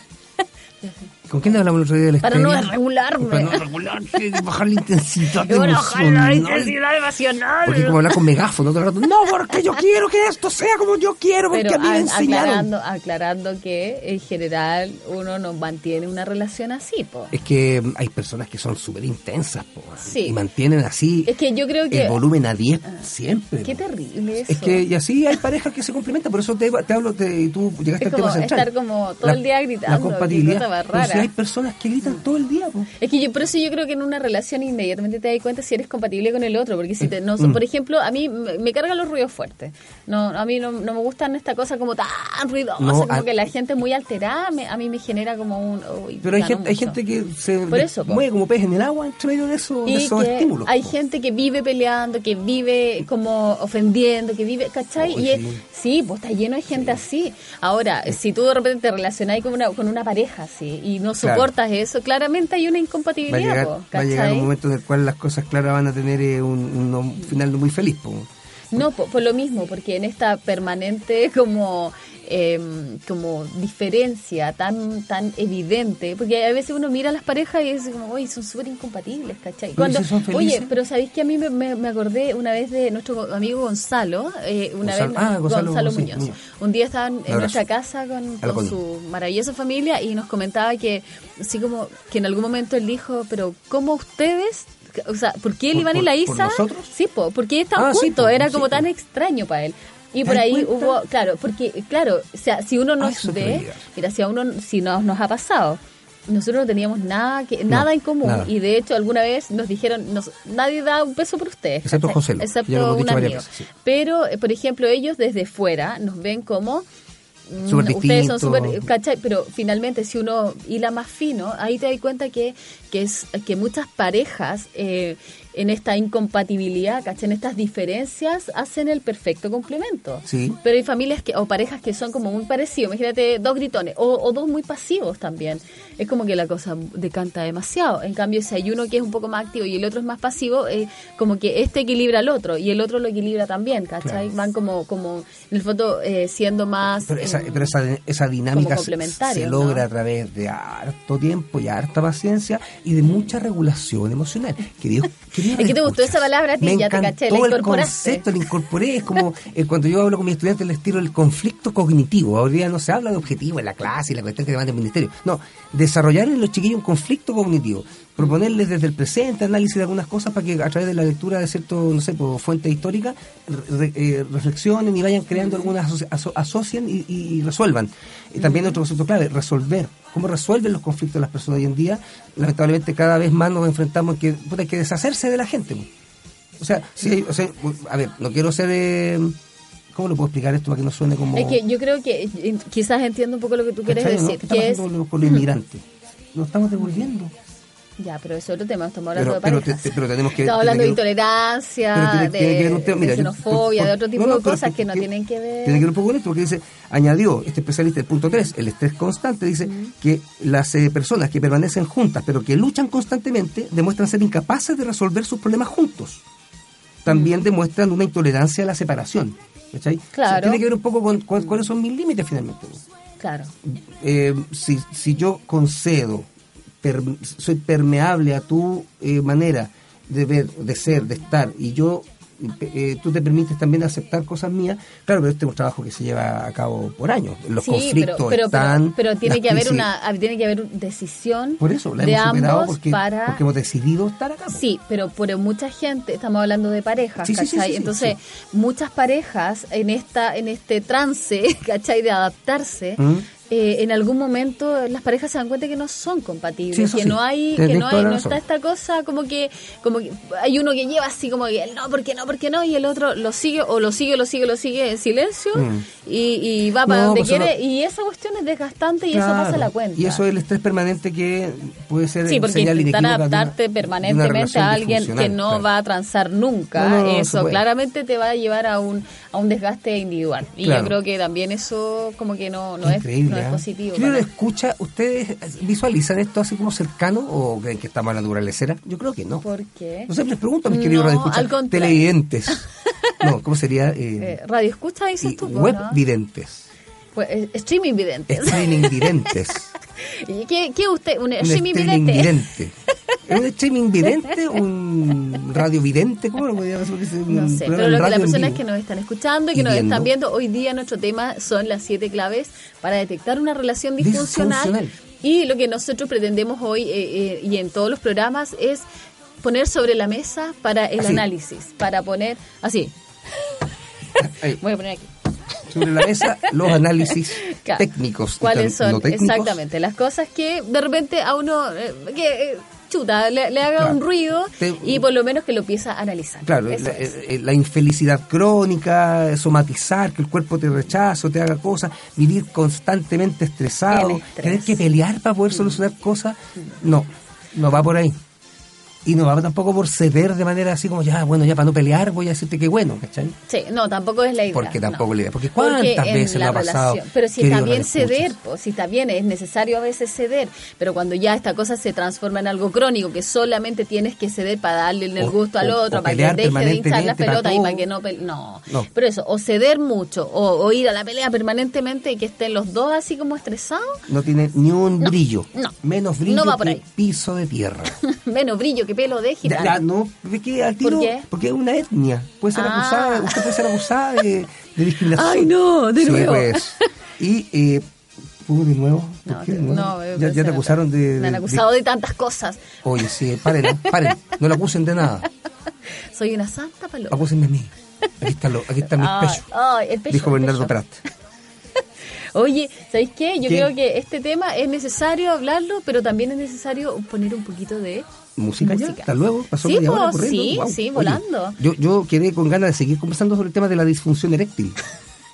¿Con quién hablamos el otro día de la Para no histeria? desregularme. Para no regular, bajar la intensidad Yo voy a bajar la emocional. intensidad emocional. Porque como hablar con megáfono todo el rato. No, porque yo quiero que esto sea como yo quiero, porque Pero a mí me a- enseñaron. aclarando, aclarando que en general uno no mantiene una relación así, po. Es que mm, hay personas que son súper intensas po, Sí. y mantienen así Es que yo creo que... el volumen a 10 siempre. Qué po. terrible eso. Es que, y así hay parejas que se complementan, por eso te, te hablo, de- y tú llegaste Es al tema como central. estar como todo el día gritando, La compatibilidad. qué cosa más Pero si rara. hay personas que gritan todo el día, po. Es que yo, por eso yo creo que en una relación inmediatamente te das cuenta si eres compatible con el otro, porque si te, no, Mm. por ejemplo, a mí me, me cargan los ruidos fuertes. No, a mí no, no me gustan esta cosa como tan ruidosa, No, como a- que la gente muy alterada, me- a mí me genera como un. uy, Pero hay puta, no gente, hay mucho. gente que se Por eso, po. mueve como pez en el agua entre medio de, eso, de Y esos que estímulos. hay po. gente que vive peleando, que vive como ofendiendo, que vive, ¿cachai? Oh, y es- sí. sí, pues está lleno de gente así. Ahora, si tú de repente te relacionás con una, con una pareja así y no Claro. soportas eso, claramente hay una va a incompatibilidad, llegar, po, va a llegar ¿cachai? un momento en el cual las cosas claras van a tener eh, un, un- un final no muy feliz. po. No, por, por lo mismo, porque en esta permanente como eh, como diferencia tan tan evidente, porque a veces uno mira a las parejas y es como, oye, son súper incompatibles, ¿cachai? Cuando, si son felices. oye, pero ¿sabéis que a mí me, me- me acordé una vez de nuestro amigo Gonzalo, eh, una Gonzalo- vez ah, Gonzalo, sí, Muñoz. Muñoz. Un día estaban en abrazo. nuestra casa con, A la con coña. su maravillosa familia y nos comentaba que, así como que en algún momento él dijo, pero ¿cómo ustedes? O sea, ¿por qué el ¿Por- Iván y por- la por Isa? nosotros? Sí, po, porque estaban Ah, sí, juntos, po, era sí, como po. tan extraño para él. Y ¿Te por das ahí cuenta? hubo, claro, porque, claro, o sea, si uno Ah, nos eso te ve, olvidas. mira, si a uno, si nos, nos ha pasado, nosotros no teníamos nada que, nada en común. nada. Y de hecho, alguna vez nos dijeron, nos, nadie da un peso por ustedes. Excepto ¿cachai? Joselo, ya lo Excepto hemos un dicho varias amigo. veces, sí. Pero, eh, por ejemplo, ellos desde fuera nos ven como. mm, Súper ustedes son distintos. súper ¿cachai? Pero finalmente, si uno hila más fino, ahí te das cuenta que, que, es, que muchas parejas eh, en esta incompatibilidad, ¿cachai? En estas diferencias hacen el perfecto complemento. Sí. Pero hay familias que, o parejas que son como muy parecidos, imagínate dos gritones, o, o dos muy pasivos también. Es como que la cosa decanta demasiado. En cambio, si hay uno que es un poco más activo y el otro es más pasivo, eh, como que este equilibra al otro y el otro lo equilibra también, ¿cachai? Claro. Van como, como en el fondo eh, siendo más... Pero esa, eh, pero esa, esa dinámica se- complementario, se logra ¿no? a través de harto tiempo y harta paciencia y de mucha regulación emocional. Que Dios, que Dios *laughs* Es que te gustó escucha. esa palabra a ti, Me ya te caché, la encantó el incorporaste. concepto, lo incorporé. Es como eh, cuando yo hablo con mis estudiantes les tiro el conflicto cognitivo. Hoy día no se habla de objetivo en la clase y la cuestión que demanda el ministerio. No, desarrollar en los chiquillos un conflicto cognitivo. Proponerles desde el presente análisis de algunas cosas para que a través de la lectura de cierto, no sé, por fuente histórica, re- eh, reflexionen y vayan creando algunas, asoci- aso- asocien y, y- y resuelvan. Y también otro concepto clave, resolver. ¿Cómo resuelven los conflictos las personas hoy en día? Lamentablemente cada vez más nos enfrentamos que puta, hay que deshacerse de la gente. pues. O sea, sí, hay- o sea, a ver, no quiero ser... eh, ¿Cómo lo puedo explicar esto para que no suene como... Es que yo creo que eh, quizás entiendo un poco lo que tú quieres ¿Cachai, no? decir, ¿Qué está que es... pasando con los- con los inmigrantes? Lo estamos devolviendo. Ya, pero es otro tema, estamos hablando Pero- de pero parejas. te- te- pero tenemos que- Estamos hablando de tiene que- Pero intolerancia, tiene- tiene que ver de, un tema- de mira, yo- xenofobia, por- de otro tipo no, no, de pero cosas ti- que no ti- tienen que ver. Tiene que ver un poco con esto, porque dice, añadió este especialista el punto 3, el estrés constante, dice que las eh, personas que permanecen juntas, pero que luchan constantemente, demuestran ser incapaces de resolver sus problemas juntos. También demuestran una intolerancia a la separación. ¿cachai? O sea, Claro. tiene que ver un poco con cuál- cuáles son mis límites finalmente. Claro. Eh, si, si yo concedo, per- soy permeable a tu eh, manera de ver, de ser, de estar, y yo eh, tú te permites también aceptar cosas mías, claro, pero este es un trabajo que se lleva a cabo por años. Los conflictos están. pero tiene las que haber crisis- una ah, tiene que haber un- decisión Por eso, la de hemos superado ambos porque, para porque hemos decidido estar acá. po. Sí, pero por mucha gente, estamos hablando de parejas, Sí, sí, ¿cachai? sí, sí, sí, Entonces, muchas parejas en esta en este trance, *laughs* ¿cachai? De adaptarse, Mm. eh, en algún momento las parejas se dan cuenta que no son compatibles, Sí, eso que sí. no hay, Tenés que no, toda hay la no razón. está esta cosa como que, como que hay uno que lleva así como que no, porque no, porque no, y el otro lo sigue, o lo sigue, lo sigue, lo sigue en silencio, Mm. y, y va para No, donde pues eso quiere, no- y esa cuestión es desgastante y eso Claro, pasa la cuenta. Y eso es el estrés permanente que puede ser Sí, porque señal inequívoca intentar de una- adaptarte de una permanentemente relación a alguien que disfuncional, no claro. va a transar nunca, No, no, no, no se eso puede. claramente te va a llevar a un, a un desgaste individual. Y Claro. yo creo que también eso como que no, no, Qué es, no es ¿eh? positivo. Creo que para- escucha, ¿ustedes visualizan esto así como cercano o creen que está más naturaleza? Yo creo que no. ¿Por qué? No sé, les pregunto a mis No, queridos radioescuchas, al contrario. televidentes. No, ¿cómo sería? *laughs* Eh, Eh, radio escucha, dices y tú. pues, web ¿no? *laughs* videntes. Pues, eh, streaming videntes. Streaming videntes. *laughs* ¿Y ¿Qué, qué usted? ¿Un, un streaming streaming vidente? *laughs* vidente. ¿Es un streaming vidente? ¿Un radio vidente? ¿Cómo lo podríamos decir? No sé, pero lo que las personas que no nos están escuchando y que Y nos están viendo. viendo hoy día nuestro tema son las siete claves para detectar una relación disfuncional. Disfuncional. Y lo que nosotros pretendemos hoy eh, eh, y en todos los programas es poner sobre la mesa para el Así. análisis, para poner así, *laughs* voy a poner aquí. sobre la mesa los análisis *laughs* Claro. técnicos. y ¿Cuáles tan- son no técnicos. exactamente las cosas que de repente a uno eh, que eh, chuta le, le haga Claro. un ruido Te- y por lo menos que lo empieza a analizar? Claro, Eso la, es. eh, la infelicidad crónica, somatizar, que el cuerpo te rechaza, o te haga cosas, vivir constantemente El estresado, estrés. Mm. tener que pelear para poder solucionar cosas, no, no va por ahí. Y no va tampoco por ceder de manera así como, ya, bueno, ya para no pelear voy a decirte que bueno, ¿cachai? Sí, no, tampoco es la idea. Porque tampoco no. es la idea. Porque ¿cuántas en veces la no ha pasado, relación- Pero si querido también radioescuchas? ceder, pues, si también es necesario a veces ceder, pero cuando ya esta cosa se transforma en algo crónico, que solamente tienes que ceder para darle el O- gusto al o- otro, o para que pelear deje de hinchar las permanentemente para pelotas y todo. para que no, pe- no No. Pero eso, o ceder mucho, o, o ir a la pelea permanentemente y que estén los dos así como estresados, *laughs* No tiene ni un brillo. no. Menos brillo No va por que ahí. piso de tierra. menos brillo que pelo de Ya, gitano. ya, no, ¿por qué al tiro? ¿Por qué? Porque es una etnia. Puede ser Ah. acusada, usted puede ser acusada de, de discriminación. Ay, no, de Sí, nuevo. pues. Y, eh, ¿puedo de nuevo? ¿Por No, qué de no, nuevo? eh, ya, ya te se- acusaron de... Me han de- acusado de tantas cosas. de- Oye, sí, paren, paren. No la acusen de nada. Soy una santa paloma. Acúsenme a mí. Aquí está, lo, aquí está mi Ay, pecho. ay, el pecho, Dijo el Bernardo pecho. Prat. Oye, ¿sabéis qué? Yo ¿Qué? creo que este tema es necesario hablarlo, pero también es necesario poner un poquito de... Música, ya, Música. hasta luego. Pasó Sí, media po, hora corriendo. sí, Guau. sí, Oye, volando. yo, yo quedé con ganas de seguir conversando sobre el tema de la disfunción *laughs* eréctil.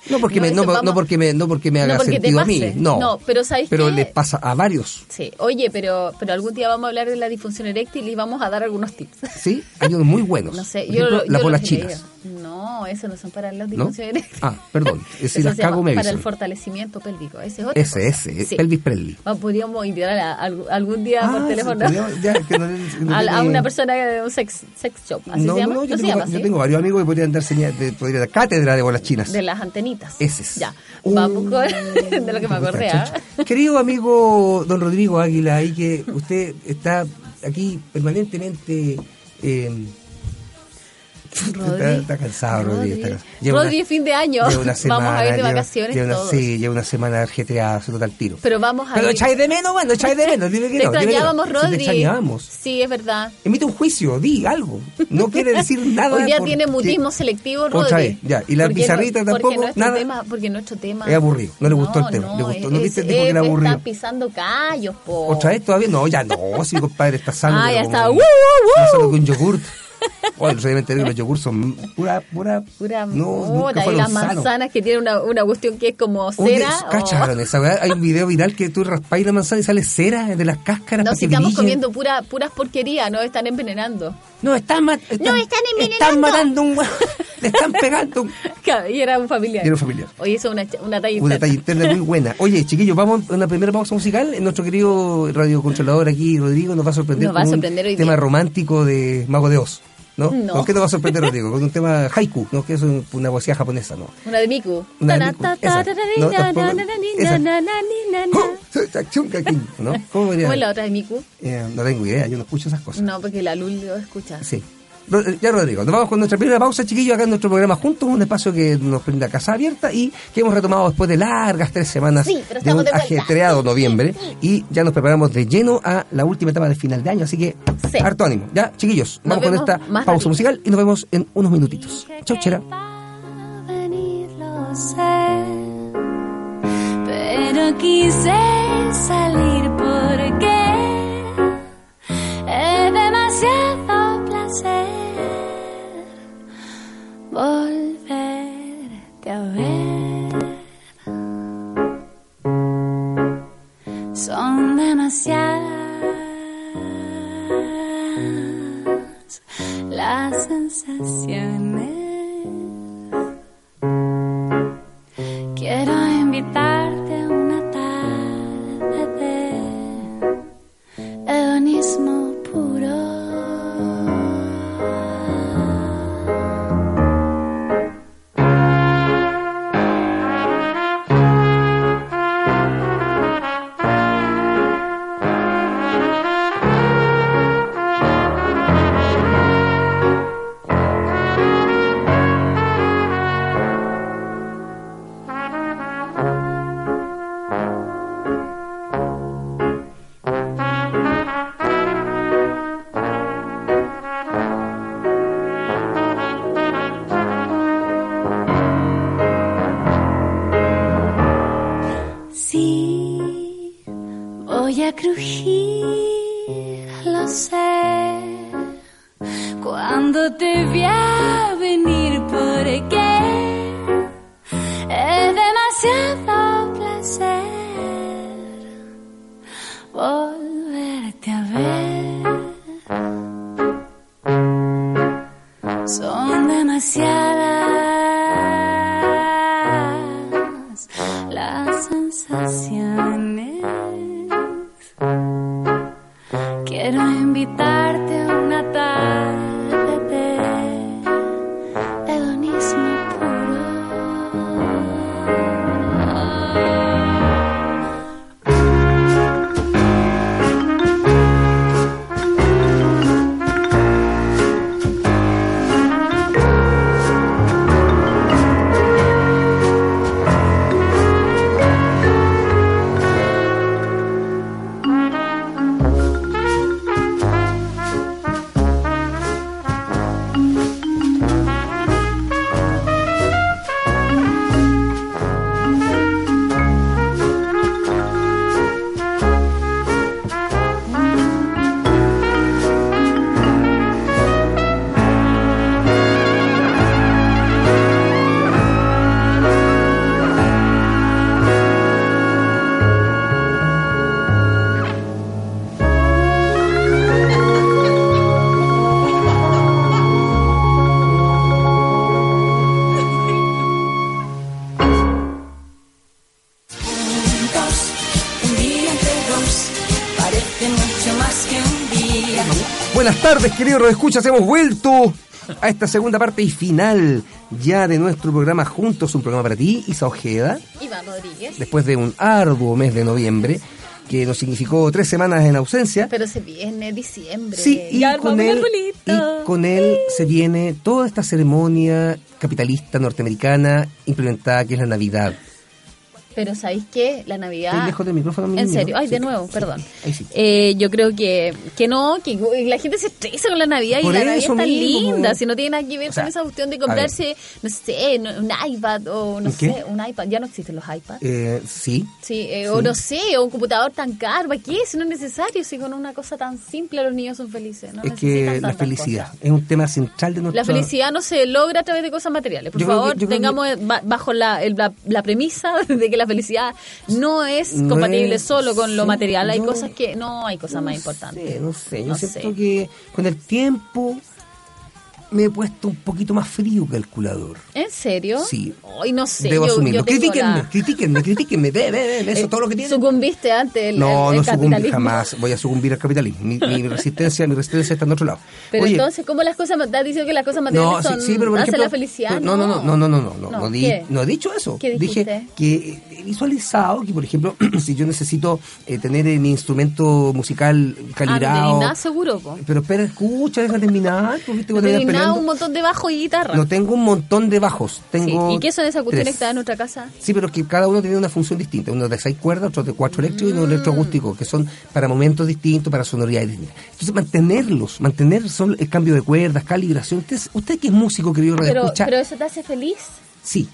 No porque, No, me, eso no, po- vamos- no porque me no porque me haga porque te sentido a mí, pase. no. No, pero ¿sabes Pero qué? le pasa a varios, Sí, oye, pero, pero algún día vamos a hablar de la disfunción eréctil y vamos a dar algunos tips. *laughs* ¿sí? Hay unos muy buenos. No sé, Por yo, ejemplo, lo- yo las lo bolas he chinas, leído. No, eso no son para las ¿no? disfunciones eréctiles. Ah, *laughs* perdón, eh, si Eso las se llama cago me Para el avisan. fortalecimiento pélvico. Ese es otro. Ese, ese, Pelvis Presley. Podríamos invitar a- a- algún día Ah, por sí, teléfono podríamos- ya, que no le- *laughs* no a, la- a tiene- una persona de un sex, sex shop. ¿Así no, se llama? no, yo, se tengo, llama yo así? tengo varios amigos que podrían dar señal, de- podrían dar cátedra de bolas chinas. De las antenitas. Ese es. Ya. Uh. Vamos con. *laughs* de lo que me acordé, ¿ah? Querido amigo don Rodrigo Águila, ahí que usted está aquí permanentemente. eh, *laughs* está, está cansado, Rodri. está cansado. Rodri, Lleva Rodri, una- fin de año. lleva una semana, *laughs* vamos a ir de lleva- vacaciones lleva una- todos. Sí, lleva una semana GTA haciendo tal tiro. Pero vamos a Pero lo ir. echáis de menos, bueno, lo echáis de menos. *laughs* Dime que Te no, dime que no. extrañábamos, Si Rodri. Te extrañábamos. Sí, es verdad. Emite un juicio, di algo. No quiere *laughs* decir nada. Hoy día porque- tiene mutismo selectivo, Rodri. Otra vez, ya. Y la Porque pizarrita no- porque tampoco, nuestro nada. tema- porque nuestro tema... Es aburrido, no le gustó el tema, le gustó, ¿no es- viste? Dijo que es- era aburrido. Está pisando callos, po. ¿Otra vez todavía? No, ya no, si mi compadre está sano. Ah, pero ya como está. un- ¡Woo, woo, woo! Más sano que un yogurt. Oye, no sé, me enteré que los yogurts son pura, pura, Pura no, mora, nunca y fueron las sanos. manzanas que tienen una, una cuestión que es como Oye, cera. oh. o- cacharon esa weá. Hay un video viral que tú raspáis la manzana y sale cera de las cáscaras No, para si que estamos brillen. comiendo pura, puras porquerías, nos están envenenando. *laughs* No, están, ma- están, están envenenando. Están matando un hue- *laughs* Le están pegando *laughs* un... Y era un familiar. Y era un familiar. Oye, eso es una, ch- una talla Una interna. talla interna muy buena. Oye, chiquillos, vamos a una primera pausa musical. Nuestro querido radiocontrolador aquí, Rodrigo, nos va a sorprender Nos va a con sorprender un hoy tema día. romántico de Mago de Oz. ¿No? No. ¿Qué te va a sorprender, Rodrigo? Con un tema haiku, ¿no? que es un- una poesía japonesa, *laughs* ¿no? Una de Miku. Una de Miku, esa. No, tampoco- esa. ¡Oh! *laughs* ¿No? ¿Cómo podría- ¿Cómo es la otra de Miku? Eh, no tengo idea, yo no escucho esas cosas. No, porque la Lul lo escucha. Sí. Ro- eh, Ya, Rodrigo, nos vamos con nuestra primera pausa, chiquillos, acá en nuestro programa Juntos, un espacio que nos brinda Casa Abierta y que hemos retomado después de largas tres semanas Sí, de pero estamos un de vuelta. ajetreado noviembre y ya nos preparamos de lleno a la última etapa del final de año, así que Sí. harto ánimo. Ya, chiquillos, Nos vamos con vemos esta más pausa ratito. musical y nos vemos en unos minutitos. Chau, chera. Va a venir, lo sé, pero quise salir porque es demasiado placer volverte a ver. Son demasiadas las sensaciones. Quiero invitarte a una tarde de hedonismo puro. Voy a crujir, lo sé. Cuando te vea venir, porque es demasiado placer volverte a ver. Son demasiadas las sensaciones. Quiero invitarte a una tarde de hedonismo puro. juntos. Un día entre dos parece mucho más que un día. Buenas tardes, queridos escuchas, hemos vuelto a esta segunda parte y final ya de nuestro programa Juntos, un programa para ti, Isa Ojeda, Iván Rodríguez. después de un arduo mes de noviembre que nos significó tres semanas en ausencia. Pero se viene diciembre. Sí, y Ya con, armamos el él, arbolito. y con él se viene toda esta ceremonia capitalista norteamericana implementada que es la Navidad. Pero ¿sabéis qué? La Navidad... Estoy lejos del micrófono, mi En niño. serio, ay, Sí. de nuevo, perdón. Ahí sí. Eh, yo creo que, que no, que la gente se estresa con la Navidad Por y la eso Navidad está mismo, linda, como- si no tiene nada que ver O sea, con esa cuestión de a ver. comprarse, no sé, no- un iPad o no ¿Un qué? sé, un iPad, ya no existen los iPads. Eh, sí, Sí, eh, o no sé, o un computador tan caro, ¿para qué? Si no es necesario, si con una cosa tan simple los niños son felices. No es necesitan que la tantas felicidad cosas. es un tema central de nuestra La felicidad no se logra a través de cosas materiales. Por Yo creo que- favor, yo creo tengamos eh, ba- bajo la, el- la, la premisa *laughs* de que la felicidad no es No compatible es- solo con lo sí, material. Hay yo- cosas que no, hay cosas más importantes. sé, no sé, yo No siento sé. que con el tiempo me he puesto un poquito más frío calculador. ¿En serio? Sí. Ay, no sé. Debo yo- yo asumirlo. tengo Critíquenme, la- critíquenme, critíquenme, ve, ve, ve, eso eh, todo lo que tienen. Sucumbiste ante el, no, el- el no sucumbí capitalismo. jamás. Voy a sucumbir al capitalismo. Mi, mi resistencia, mi resistencia está en otro lado. Pero Oye, entonces, ¿cómo las cosas, ma- estás diciendo que las cosas materiales no, sí, son, sí, pero por hacen ejemplo, la felicidad? pero No, no, no, no, no, no, no, no, no, di- ¿qué? no he dicho eso. ¿Qué Dije dijiste? que he visualizado que, por ejemplo, *clears throat* si yo necesito eh, tener eh, mi instrumento musical Ah, no calibrado. tenés nada seguro, po. Pero espera, escucha, deja terminar. Pues, viste, No cuando tenés terminas nada, peleando. un montón de bajo y guitarra. No tengo un montón de bajos. Tengo Sí, ¿Y qué son esas cuestiones que tres. están en nuestra casa? Sí, pero que cada uno tiene una función distinta. Uno de seis cuerdas, otro de cuatro eléctricos y uno electroacústico, que son para momentos distintos, para sonoridades distintas. Entonces, mantenerlos, mantener son el cambio de cuerdas, calibración. Usted, usted que es músico, querido, Pero, escucha. pero eso te hace feliz. Sí,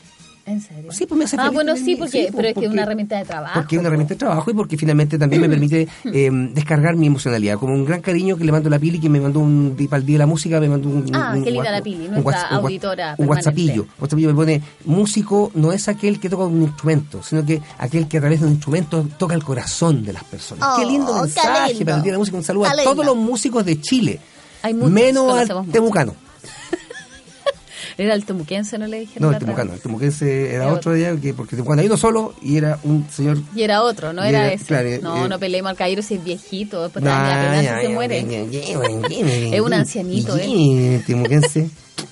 ¿En serio? Sí, pues me hace Ah, feliz bueno, también, sí, sí, porque, pues, pero es que porque- es una herramienta de trabajo. porque es una herramienta de trabajo y porque finalmente también me *clears throat* permite eh, descargar mi emocionalidad. Como un gran cariño que le mando a la Pili, que me mandó un para el día de la música, me mandó un. Ah, un- qué un linda wa- la Pili, un nuestra whats- un wa- auditora Un permanente. WhatsAppillo. WhatsAppillo me pone: músico no es aquel que toca un instrumento, sino que aquel que a través de un instrumento toca el corazón de las personas. Oh, qué lindo qué mensaje lindo. para el día de la música. Un saludo Qué a lindo. todos los músicos de Chile, Hay muchos, menos conocemos al muchos. temucano. Era el temuquense, no le dijeron. No, el la otra temucano. vez. El temuquense era Era otro día, que- porque el temucano hay uno solo y era un señor Y era otro, no Y era, era- ese. claro, eh, no, eh, no peleemos al Cairo si es viejito, después te Nah, da la ya, pegancia y se ya, muere. ya, ya, ya, ya, ya, *laughs* Es un ya, ancianito, ya, ¿eh? *laughs* temuquense.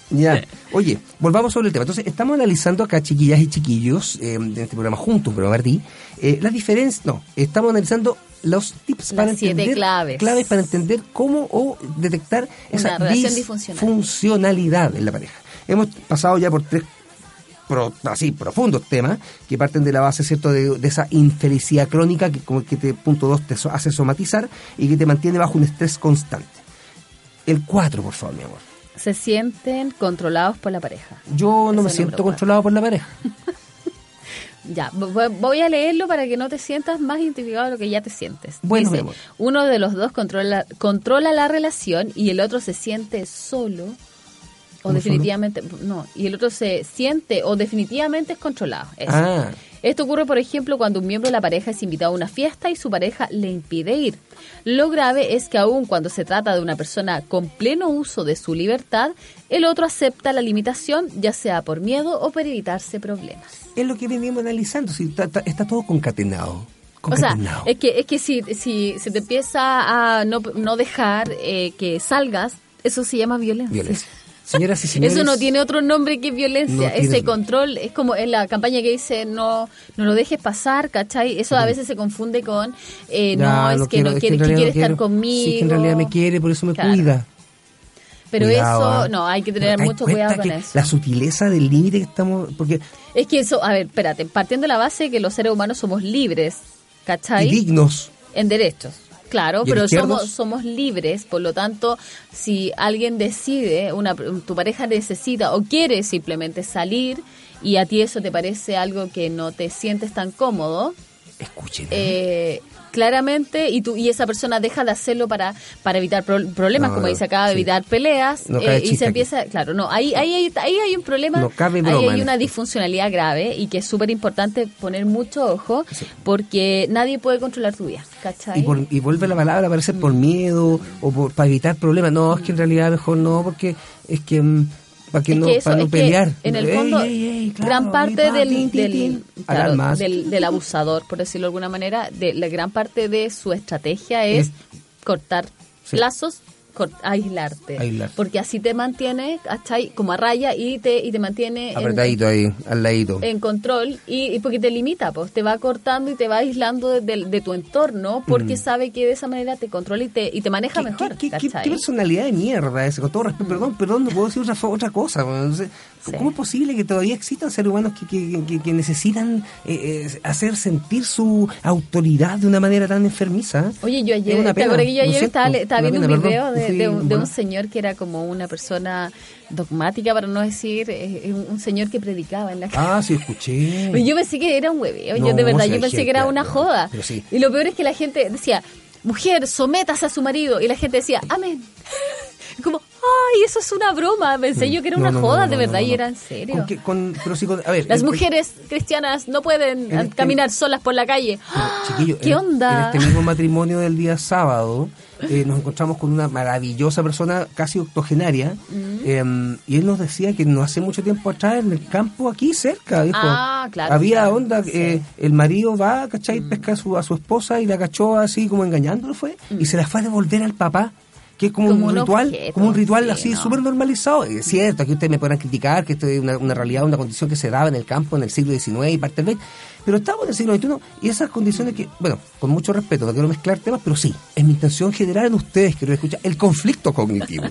Ya. Oye, volvamos sobre el tema. Entonces, estamos analizando acá, chiquillas y chiquillos, eh, en este programa juntos, pero Martí, eh, las diferencias. No, estamos analizando los tips Las para siete entender. claves. para entender cómo o detectar esa relación disfuncionalidad en la pareja. Hemos pasado ya por tres pro- así profundos temas que parten de la base cierto de, de esa infelicidad crónica que como que te punto 2 te so- hace somatizar y que te mantiene bajo un estrés constante. El 4, por favor, mi amor. Se sienten controlados por la pareja. Yo no Ese me es el siento número controlado por la pareja. Ya, vo- voy a leerlo para que no te sientas más identificado de lo que ya te sientes. Bueno, mi Dice, amor. uno de los dos controla, controla la relación y el otro se siente solo o ¿Cómo definitivamente, no, y el otro se siente o definitivamente es controlado. Eso. Ah. Esto ocurre, por ejemplo, cuando un miembro de la pareja es invitado a una fiesta y su pareja le impide ir. Lo grave es que aun cuando se trata de una persona con pleno uso de su libertad, el otro acepta la limitación, ya sea por miedo o por evitarse problemas. Es lo que venimos analizando, si está, está- está todo concatenado. O sea, Concatenado. es que, es que si, si se te empieza a no, no dejar eh, que salgas, eso se llama violencia. Violencia. Señoras y señores. *laughs* Eso no tiene otro nombre que violencia. No Ese tiene- control es como en la campaña que dice no no lo dejes pasar, ¿cachai? Eso a veces se confunde con eh, Ya, no, es que quiero, no es quiere, en realidad que quiere no estar quiero. conmigo. Sí, que en realidad me quiere, por eso me Claro. cuida. Pero Cuidado, eso, ¿ah? no, hay que tener ¿Te das mucho cuidado cuenta con que eso. La sutileza del límite que estamos. Porque. Es que eso, a ver, espérate, partiendo de la base que los seres humanos somos libres, ¿cachai? Y dignos. En derechos, claro, ¿Y en pero izquierdos? somos, somos libres, por lo tanto, si alguien decide, una, tu pareja necesita o quiere simplemente salir y a ti eso te parece algo que no te sientes tan cómodo, Escuchen. ¿eh? eh, claramente, y tú y esa persona deja de hacerlo para, para evitar pro- problemas, No, como dice acá, sí. evitar peleas, eh, No cabe y chiste se aquí. empieza, claro, no, ahí, ahí, hay- ahí hay un problema, No cabe ahí broma en hay una esto. disfuncionalidad grave y que es súper importante poner mucho ojo porque nadie puede controlar tu vida, ¿cachai? y, por- y vuelve la palabra a aparecer Mm. por miedo o por, para evitar problemas. No, es que en realidad mejor no, porque es que. mm, Para que Es no, que eso- para no es que pelear. en el Ey, fondo, ey, ey, claro, gran parte ey, pa, del, tin, tin, del- tin. claro, Alarmas. del- del abusador, por decirlo de alguna manera, de, la gran parte de su estrategia es Es- cortar Sí. lazos, cor- aislarte, Aislarte. Porque así te mantiene, ¿cachai? Como a raya y te, y te mantiene en, Apretadito ahí, al ladito. en control y, y porque te limita, pues te va cortando y te va aislando de, de- de tu entorno porque sabe que de esa manera te controla y te, y te maneja Mm. ¿Qué- mejor. ¿Qué, qué- qué- ¿cachai? qué personalidad de mierda ese? Con todo respeto, perdón, perdón, no puedo decir otra, fo- otra cosa. weón. No sé, Sí. ¿Cómo es posible que todavía existan seres humanos que, que- que- que necesitan eh, eh, hacer sentir su autoridad de una manera tan enfermiza? Oye, yo Es ayer, una ¿te pena, acuerdas que yo lo ayer siento, estaba, le- estaba una viendo un pena, video perdón. de, Sí, de un, de un bueno. señor que era como una persona dogmática, para no decir, eh, un, un señor que predicaba en la calle? Ah, sí, escuché. Pero yo pensé que era un hueveo, yo No, de verdad, sí, yo hay pensé que gente, era una no, joda. pero sí. Y lo peor es que la gente decía, mujer, sométase a su marido. Y la gente decía, amén. Como, ay, eso es una broma. Pensé yo que era Mm. No, una no, no, joda, no, de no, verdad, no, y no. era en serio. Con que- con- pero sí, con- a ver, eh, Las en- mujeres cristianas no pueden En ah, este- caminar solas por la calle. Pero, ¡Ah! chiquillo, ¿Qué en- onda? En este mismo matrimonio del día sábado eh, nos encontramos con una maravillosa persona, casi octogenaria, Mm. eh, y él nos decía que no hace mucho tiempo atrás en el campo aquí cerca, dijo, Ah, claro, había claro, onda, sí. Mm. eh, el marido va, ¿cachai? Pesca a su, a su esposa y la cachó así como engañándolo fue, y se la fue a devolver al papá. Que es como, Mm. Como un un ritual, objeto, como un ritual sí, así no. Mm. súper normalizado. Es cierto, aquí ustedes me podrán criticar que esto es una, una realidad, una condición que se daba en el campo en el siglo XIX y parte del XX, pero estamos en el siglo XXI y esas condiciones que, bueno, con mucho respeto, no quiero mezclar temas, pero sí, es mi intención generar en ustedes, quiero escuchar, el conflicto *laughs* cognitivo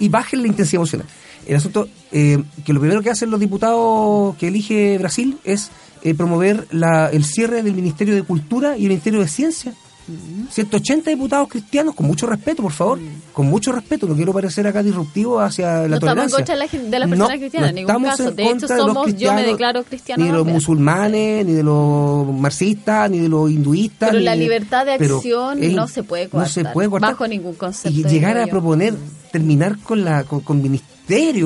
y bajen la intensidad emocional. El asunto, eh, que lo primero que hacen los diputados que elige Brasil es eh, promover la- el cierre del Ministerio de Cultura y el Ministerio de Ciencia 180 diputados cristianos, con mucho respeto, por favor, con mucho respeto, no quiero parecer acá disruptivo hacia la No estamos en tolerancia. contra de la gen- de las personas cristianas, en ningún estamos caso. en De hecho, contra los somos- yo me cristianos, declaro cristiana Ni de los también. musulmanes, ni de los marxistas, ni de los hinduistas. Pero ni la de- libertad de pero acción es- no se puede coartar, No se puede coartar. bajo ningún concepto, Y llegar digo a yo. proponer, terminar con, la, con, con ministerios,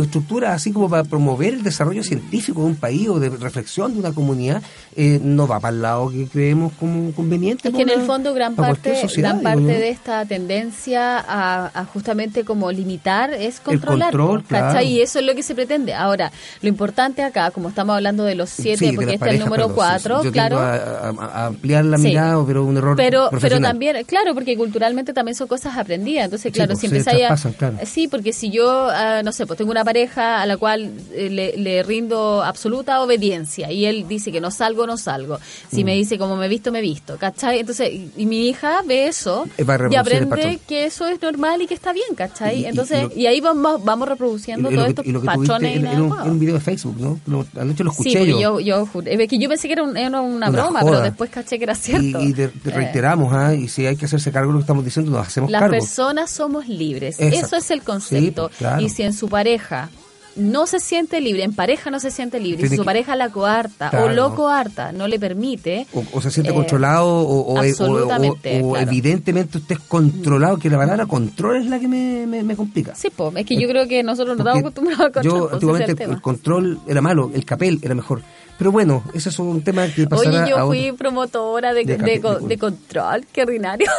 estructuras así como para promover el desarrollo científico de un país o de reflexión de una comunidad, eh, no va para el lado que creemos como conveniente. Es que en para el pues, una- fondo gran para cualquier parte, sociedad, gran digo parte yo. de este esta tendencia a, a justamente como limitar es controlar, pues, control, ¿cachai? claro. Y eso es lo que se pretende. Ahora, lo importante acá, como estamos hablando de los siete, Sí, de porque las este es parejas, el número perdón, sí, sí. cuatro, Yo claro. tiendo a- a- a ampliar la Sí. mirada, pero un error pero, pero profesional. también, claro, porque culturalmente también son cosas aprendidas. Entonces, Sí, claro, pues, si se empezáis a- traspasan, claro. Sí, porque si yo, ah, no sé, pues tengo una pareja a la cual eh, le, le rindo absoluta obediencia y él dice que no salgo, no salgo. Si Mm. me dice como me visto, me visto. ¿Cachai? Entonces, y, y mi hija ve eso Eh, va a y reproducir el aprende patrón. que eso es normal y que está bien, ¿cachai? Y- y- Entonces, y y, lo- ahí vamos, vamos Y- reproduciendo y lo todos que- estos y lo que tuviste patrones era- era un, inadecuados. era un video de Facebook, ¿no? Lo, anoche lo escuché sí, pero yo. yo, yo juré- es que yo pensé que era, un- era una, Una broma, joda. pero después caché que era cierto. Y, y te- te Eh. reiteramos, ¿ah? y si hay que hacerse cargo de lo que estamos diciendo, nos hacemos Las cargo. personas somos libres. Exacto. Eso es el Sí, concepto. pues, claro. Y si en su pareja no se siente libre, en pareja no se siente libre, Tiene si su que- pareja la coarta o Claro. lo coarta, no le permite, O, o se siente Eh, controlado o, o- o- absolutamente, o- o claro. evidentemente usted es controlado, que la palabra control es la que me, me- me complica. sí, po, es que yo creo que nosotros nos Eh, Porque estamos acostumbrados a contar Yo pues, ese es el antiguamente el, tema. control era malo, el capel era mejor. Pero bueno, ese es un tema que pasará Oye, yo a otro. fui promotora de, De capi- de co- de- de control, qué ordinario. *laughs*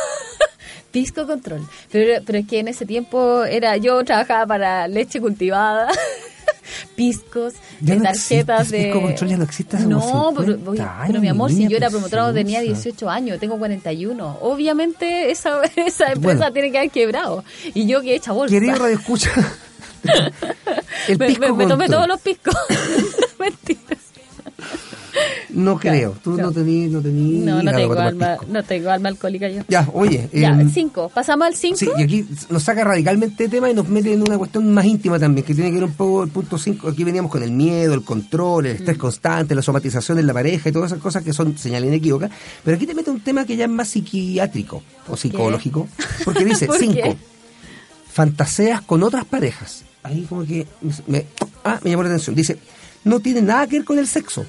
Pisco control. Pero, pero es que en ese tiempo era yo trabajaba para leche cultivada, *laughs* piscos, Ya de no tarjetas existe, de... Pisco Control ya no existe hace No, como pero, 50 oye, años, pero mi amor, si niña yo era promotora tenía preciosa. 18 años, tengo 41. Obviamente esa, *laughs* esa empresa Bueno. tiene que haber quebrado. Y yo que he hecha bolsa. Querido Radio *laughs* Escucha, el me, pisco me- me tomé control. todos los piscos. *laughs* Mentiras. No creo, tú Ya. no tenías no tení No, no hígado tengo, para tomar alma, pisco. no tengo alma alcohólica yo. Ya, oye. Ya, em, cinco. ¿Pasamos al cinco? Sí, y aquí nos saca radicalmente de tema y nos mete en una cuestión más íntima también, que tiene que ver un poco el punto 5. Aquí veníamos con el miedo, el control, el Mm. estrés constante, la somatización en la pareja y todas esas cosas que son señales inequívocas. Pero aquí te mete un tema que ya es más psiquiátrico o psicológico, porque dice *laughs* ¿Por qué? 5. fantaseas con otras parejas. Ahí como que me, ah, me llamó la atención. Dice, no tiene nada que ver con el sexo.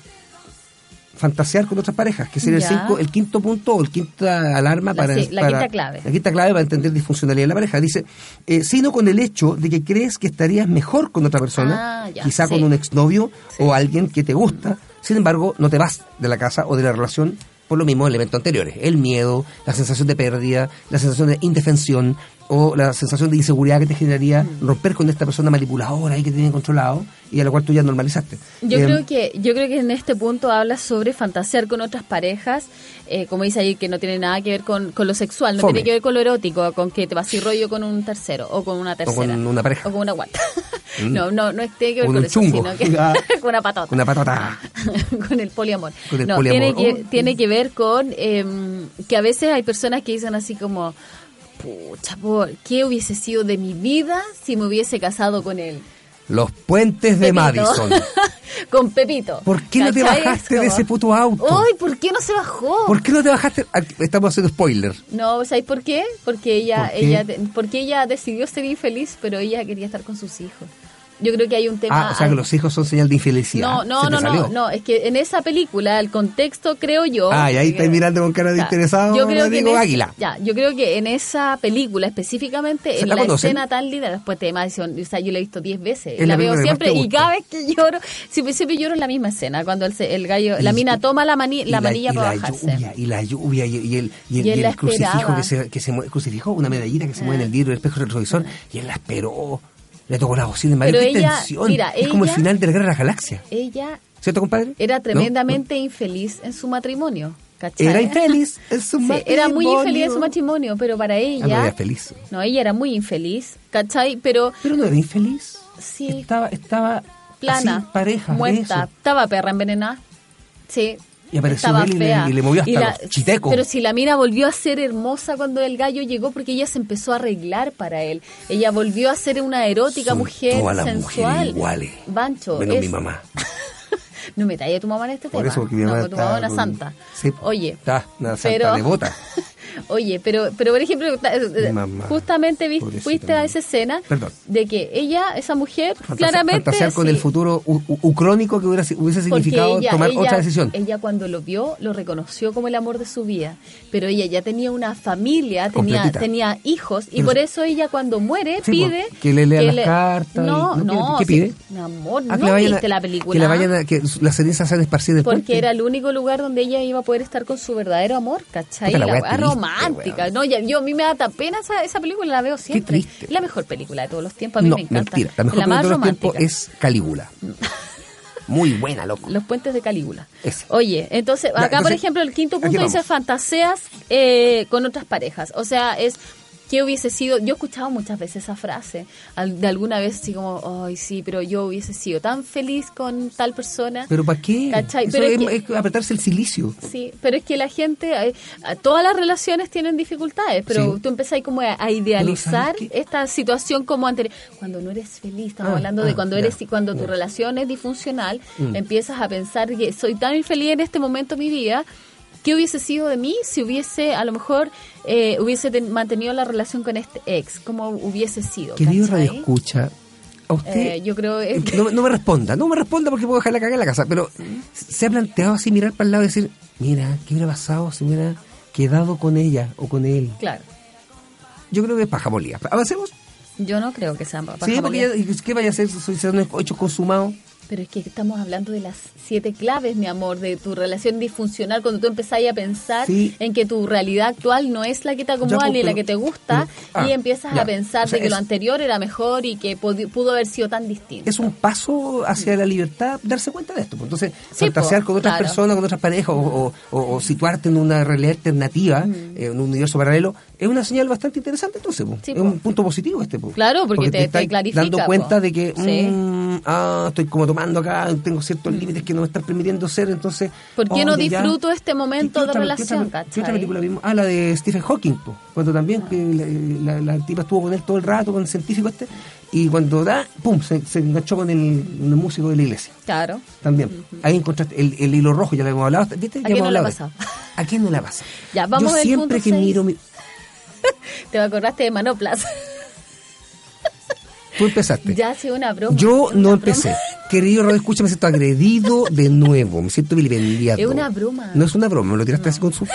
Fantasear con otras parejas, que sería Ya. el, cinco, el quinto punto o el quinta alarma La- para, sí, la para- quinta clave. La quinta clave para entender disfuncionalidad de la pareja. Dice, eh, sino con el hecho de que crees que estarías mejor con otra persona, Ah, ya, quizá sí. con un exnovio o alguien que te gusta. Sin embargo, no te vas de la casa o de la relación por los mismos elementos anteriores. El miedo, la sensación de pérdida, la sensación de indefensión o la sensación de inseguridad que te generaría Mm. romper con esta persona manipuladora y que te tiene controlado y a la cual tú ya normalizaste. Yo Em, creo que yo creo que en este punto habla sobre fantasear con otras parejas, eh, como dice ahí que no tiene nada que ver con, con lo sexual, no Fome. tiene que ver con lo erótico, con que te vas y rollo con un tercero o con una tercera una pareja. Mm. o con una guata. *laughs* No, no, no tiene que ver Con con, un eso, chungo. sino que Ah. *laughs* con una patota. Con una patota. con el poliamor. Con el no, poliamor. Tiene, que, Oh. tiene que ver con eh, que a veces hay personas que dicen así como, pucha, por, ¿qué hubiese sido de mi vida si me hubiese casado con él? Los puentes de Pepito. *laughs* Madison. con Pepito. ¿Por qué no te ¿Cachai? bajaste Es de ese puto auto? Ay, ¿por qué no se bajó? ¿Por qué no te bajaste? Ah, Estamos haciendo spoiler. No, ¿sabes por qué? Porque ella, ¿Por qué? ella, te- porque ella decidió ser infeliz, pero ella quería estar con sus hijos. Yo creo que hay un tema. Ah, o sea que al- los hijos son señal de infelicidad. no, Se no, te no, salió. no, no, es que en esa película, el contexto creo yo... Ah, y ahí estáis mirando con cara de Ya. interesado, Yo creo que en Rodrigo es- Águila. Ya, yo creo que en esa película específicamente, ¿Se en la la, conocen? escena tan linda, después de Madison, o sea, yo la he visto 10 veces, Es la la película que veo más te siempre y gusta. cada vez que lloro, siempre, siempre lloro en la misma escena, cuando el, se- el gallo, la Y- mina toma la, mani- Y la manilla y para la bajarse. Lluvia, y la lluvia, y, y el, y el- Y él y el la crucifijo esperaba. que se, que se mueve, crucifijo, una medallita que se mueve en el vidrio, el espejo retrovisor, y él la esperó, le tocó la bocina, Mario, Pero qué ella- tensión. mira, es como el ella- final de la Guerra de las Galaxias. Ella ¿Cierto, compadre? era ¿No? tremendamente infeliz en su matrimonio, ¿cachai? Era infeliz en su Sí, matrimonio. era muy infeliz en su matrimonio, pero para ella... Ah, no era feliz. No, ella era muy infeliz, ¿cachai? Pero Pero no era infeliz. Sí. Estaba, estaba plana, así, pareja, de muerta, eso. estaba perra envenenada. Sí. Y apareció estaba él y le- fea. y le movió hasta los chitecos. Pero si la mina volvió a ser hermosa cuando el gallo llegó, porque ella se empezó a arreglar para él. Ella volvió a ser una erótica Son mujer todas las mujeres sensual. iguales. Bancho. Menos es- mi mamá. *laughs* No me traía tu mamá en este Por tema. eso, porque mi mamá no, tu mamá está es una con- santa. Sí, Oye. está una santa pero- *laughs* devota. Oye, pero, pero por ejemplo, ta- eh, mamá, justamente vi- pobrecita fuiste a mamá. esa escena Perdón. de que ella, esa mujer, Fantase- claramente... fantasear con sí, el futuro u- u- ucrónico que hubiera, si- hubiese significado porque ella- tomar ella- otra decisión. Ella cuando lo vio lo reconoció como el amor de su vida, pero ella ya tenía una familia, tenía, Completita. tenía hijos y Pero- por eso ella cuando muere Sí, pide pues, que le lean las cartas y- No, ¿no? ¿Qué- no, qué sí, pide? mi amor, Ah, que no la vayan a- viste la película. Que la vayan a- que su- las cenizas sean esparcidas después. Porque era el único lugar donde ella iba a poder estar con su verdadero amor, ¿cachai? Puta, la la wea weá triste, romántica. weón. No, ya- yo a mí me da tan pena esa, esa película, la veo siempre. triste. La mejor película de todos los tiempos, a mí no, me encanta. mentira. La mejor la película más de todos los romántica. tiempos es *laughs* Calígula. Muy buena, loco. Los puentes de Calígula. Ese. Oye, entonces, Ya, acá por entonces, ejemplo el quinto aquí punto dice vamos. fantaseas eh, con otras parejas. O sea, es que hubiese sido, yo he escuchado muchas veces esa frase, al- de alguna vez así como, ay sí, pero yo hubiese sido tan feliz con tal persona. Pero ¿para qué? ¿Cachai? Eso Pero es es, que- es apretarse el silicio. Sí, pero es que la gente, eh, a- todas las relaciones tienen dificultades, pero Sí. tú empezás como a, a idealizar ¿sabes qué? esta situación como anterior. Cuando no eres feliz, estamos Ah, hablando ah, de cuando ya, Mm. eres y cuando tu ya. relación es disfuncional, empiezas a pensar que soy tan infeliz en este momento de mi vida. ¿Qué hubiese sido de mí si hubiese, a lo mejor, eh, hubiese ten- mantenido la relación con este ex? ¿Cómo hubiese sido? Querido ¿cachai? Radio Escucha, a usted. Eh, yo creo es *laughs* que- No, no me responda, no me responda porque puedo dejar la caga en la casa. Pero se ha planteado así mirar para el lado y decir, mira, ¿qué hubiera pasado si me hubiera quedado con ella o con él? Claro. Yo creo que es paja molida. Avancemos. Yo no creo que sea paja sí, porque molida. ya- ¿y ¿qué vaya a hacer? Soy un hecho consumado. Pero es que estamos hablando de las siete claves, mi amor, de tu relación disfuncional, cuando tú empezás ahí a pensar Sí. en que tu realidad actual no es la que te acomoda pues, ni la pero- que te gusta, pero- ah, y empiezas ya. a pensar O sea, de que lo es- anterior era mejor y que podi- pudo haber sido tan distinto. Es un paso hacia la libertad darse cuenta de esto. pues. Entonces, Sí, fantasear pues, con otras claro. personas, con otras parejas o, o- o- o situarte en una realidad alternativa, eh, en un universo paralelo, es una señal bastante interesante. Entonces, pues. Sí, es un pues. punto positivo este. pues. Claro, porque te- te estáis clarifica, dando cuenta pues. de que Sí. mm, ah, estoy como tomando acá, tengo ciertos límites que no me están permitiendo ser. Entonces, ¿Por qué no oye, Oh, ya. disfruto este momento ¿Qué de relación, ¿qué otra, qué cachai? otra película vimos? Ah, la de Stephen Hawking, po, cuando también que la, la- la tipa estuvo con él todo el rato, con el científico este, y cuando da, pum, se, se enganchó con el, el músico de la iglesia. Claro. También. Ahí encontraste el, el hilo rojo, ya lo hemos hablado. ¿Viste? ¿A Ya quién hemos no le ha hablado de- pasado? ¿A quién no la pasa? *laughs* Ya, vamos Yo al siempre punto que seis. miro mi... Te acordaste de Manoplas. Tú empezaste. *laughs* ya ha sido una broma. Yo Es una no broma. empecé. Querido Rod, escucha, me siento agredido de nuevo. Me siento vilipendiado. Es una broma. No es una broma, me lo tiraste así *laughs* con su...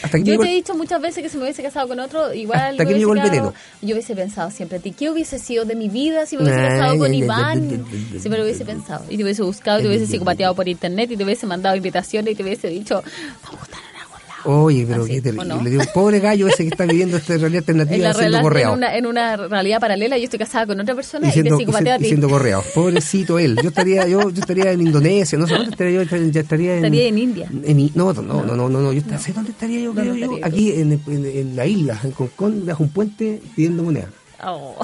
Hasta que me Yo llegó te he el- dicho muchas veces que si me hubiese casado con otro, igual. Hasta que me llegó el hubiese veneno. Yo hubiese pensado siempre a ti. ¿Qué hubiese sido de mi vida si me hubiese Ay, casado con ay, ay, ay, Iván? ay, ay, Siempre lo hubiese ay, pensado. Y te hubiese buscado, y te hubiese psicopateado por internet, y te hubiese mandado invitaciones, y te hubiese dicho, vamos a estar en algún lado. Oye, pero Así, qué ¿o terrible. no? Le digo, pobre gallo ese que está viviendo esta realidad *laughs* En, alternativa la siendo rela- en, correado. una, en una realidad paralela, yo estoy casada con otra persona Y y, te siendo, y psicopateo siendo- a y ti. siendo correado. Pobrecito él. Yo estaría, yo, yo estaría en Indonesia, no sé dónde estaría yo, estaría- ya estaría en, Estaría en India. en I- no, no, no, no, no, no, no, yo estaría- ¿sabes dónde estaría yo? No, no creo yo? estaría aquí en, en- en la isla, en Concón, bajo un puente, pidiendo moneda Oh.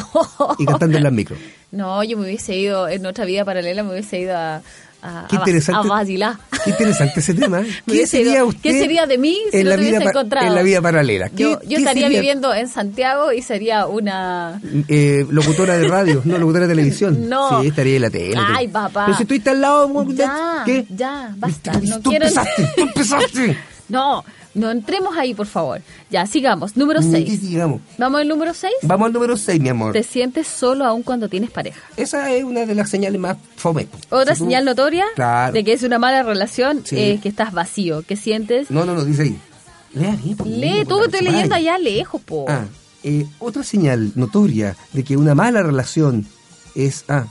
y cantando en las micro. *laughs* No, yo me hubiese ido, en otra vida paralela me hubiese ido a, a, Qué a Bas- interesante. a Basilá. Qué interesante ese tema. ¿eh? Me ¿Qué hubiese ido- sería usted? *laughs* ¿Qué sería de mí si en no la te vida hubiese pa- encontrado? En la vida paralela. ¿Qué- Yo, yo qué estaría sería, viviendo en Santiago y sería una... eh, locutora de radio, no locutora de televisión. *laughs* No. Sí, estaría en la tele. Ay, papá. Pero si tú estás al lado, Ya, ¿qué? ya, basta. Viste, No tú quiero... empezaste, tú empezaste. No, no entremos ahí, por favor. Ya, sigamos. *laughs* Número Y 6. digamos, ¿Vamos al número 6? vamos al número 6, mi amor. Te sientes solo aún cuando tienes pareja. Esa es una de las señales más fome. Otra Si tú- señal notoria Claro. de que es una mala relación Sí. es que estás vacío, que sientes... No, no, no, dice ahí. Lea bien. por Lee, favor, tú la estoy concha leyendo madre. allá lejos, po. Ah, eh, otra señal notoria de que una mala relación es... Ah,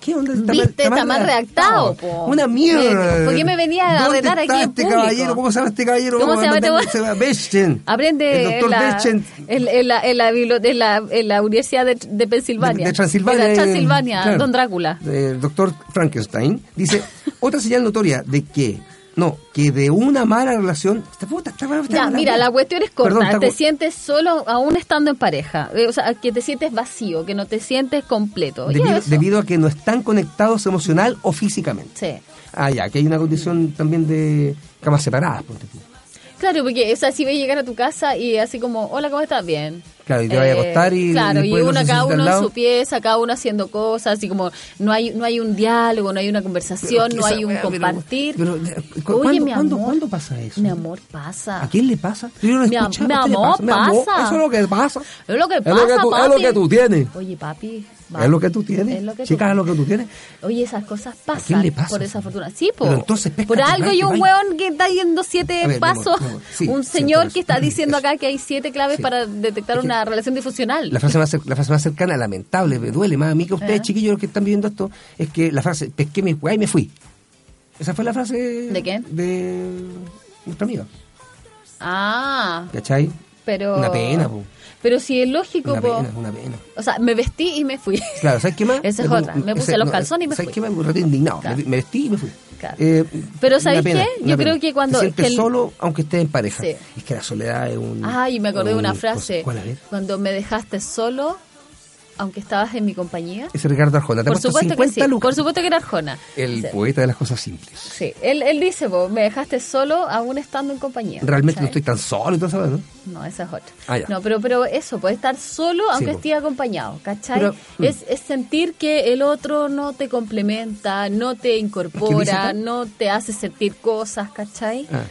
¿Qué onda? Viste, está mal redactado, po. Una mierda. Eh, ¿por qué me venía a ¿Dónde retar está aquí en este público? caballero? ¿Cómo se llama este caballero? ¿Cómo Vamos se a llama este mandarlo- güey? se llama Bechten. Aprende El en doctor la, Bechten. en- en la- en la bibli- en la- en la Universidad de, de Pensilvania. De, de Transilvania. De la eh, Transilvania, claro. Don Drácula. Del doctor Frankenstein. Dice, *laughs* otra señal notoria de que, no, que de una mala relación... Esta puta, esta- esta- Ya, mira, la cuestión es corta. Perdón, esta- te sientes solo aún estando en pareja. Eh, O sea, que te sientes vacío, que no te sientes completo. Y debido, eso. debido a que no están conectados emocional o físicamente. Sí. Ah, ya, que hay una condición también de camas separadas, ponte tú. Claro, porque o sea, si ves llegar a tu casa y así como, hola, ¿cómo estás? Bien. Eh, Claro, y te vayas a acostar y Claro, y después uno, no se cada sienta al uno en lado. su pieza, cada uno haciendo cosas, así como no hay no hay un diálogo, no hay una conversación, Pero, no hay esa un weá, pero- compartir. pero, eh, ¿cu- Oye, cuándo- mi cuándo- amor, cuándo pasa eso? Mi amor, pasa. ¿A quién le pasa? Yo no Mi am- escucho, mi ¿a usted le amor, Mi amor, pasa. Eso es lo que pasa. Es lo que Es lo que pasa, tú, es lo papi. que tú tienes. Oye, papi. va. Es lo que tú tienes. Es lo que tú- Chicas, es lo que tú tienes. Oye, esas cosas pasan quién le pasa? por esa fortuna. Sí, po. Pero entonces, pesca por tu algo rayo, hay un vaya. hueón que está yendo A siete ver, mi amor, pasos. mi amor. Sí, un sí, señor entonces, que está diciendo eso. acá que hay siete claves Sí. para detectar Es que- una relación disfuncional. La frase, más, cer- la frase más cercana, lamentable, me duele más a mí que a ustedes, Eh. chiquillos, los que están viviendo esto, es que la frase, pesqué mi weá y me fui. Esa fue la frase... ¿De quién? De nuestra amiga, Ah, ¿cachai? pero. Una pena, po. Pero si es lógico, Una po. pena, una pena. O sea, me vestí y me fui. Claro, ¿sabes qué más? Esa es pongo- otra. Me esa- puse los no, calzones y me ¿Sabes fui. qué más? Me reté indignado. Claro. Me, me vestí y me fui. Claro. Eh, Pero una ¿sabes pena, qué? una Yo pena. creo que cuando- Te sientes que el- solo aunque estés en pareja. Sí. Es que la soledad es un... Ay, me acordé de una un- frase. pues, ¿Cuál es? Cuando me dejaste solo, aunque estabas en mi compañía. Ese Ricardo Arjona. Te Por ha puesto supuesto que 50 sí. lucas. Por supuesto que era Arjona. El Sí. poeta de las cosas simples. Sí, él, él dice, vos, me dejaste solo aún estando en compañía. Realmente no estoy ¿cachai? tan solo y todo eso, ¿no? No, esa es otra. Ah, ya. No, pero, pero eso, puede estar solo aunque po. esté acompañado, ¿cachai? Pero, mm. es, es sentir que el otro no te complementa, no te ¿Es que dice incorpora, acá? no te hace sentir cosas, ¿cachai? Ah.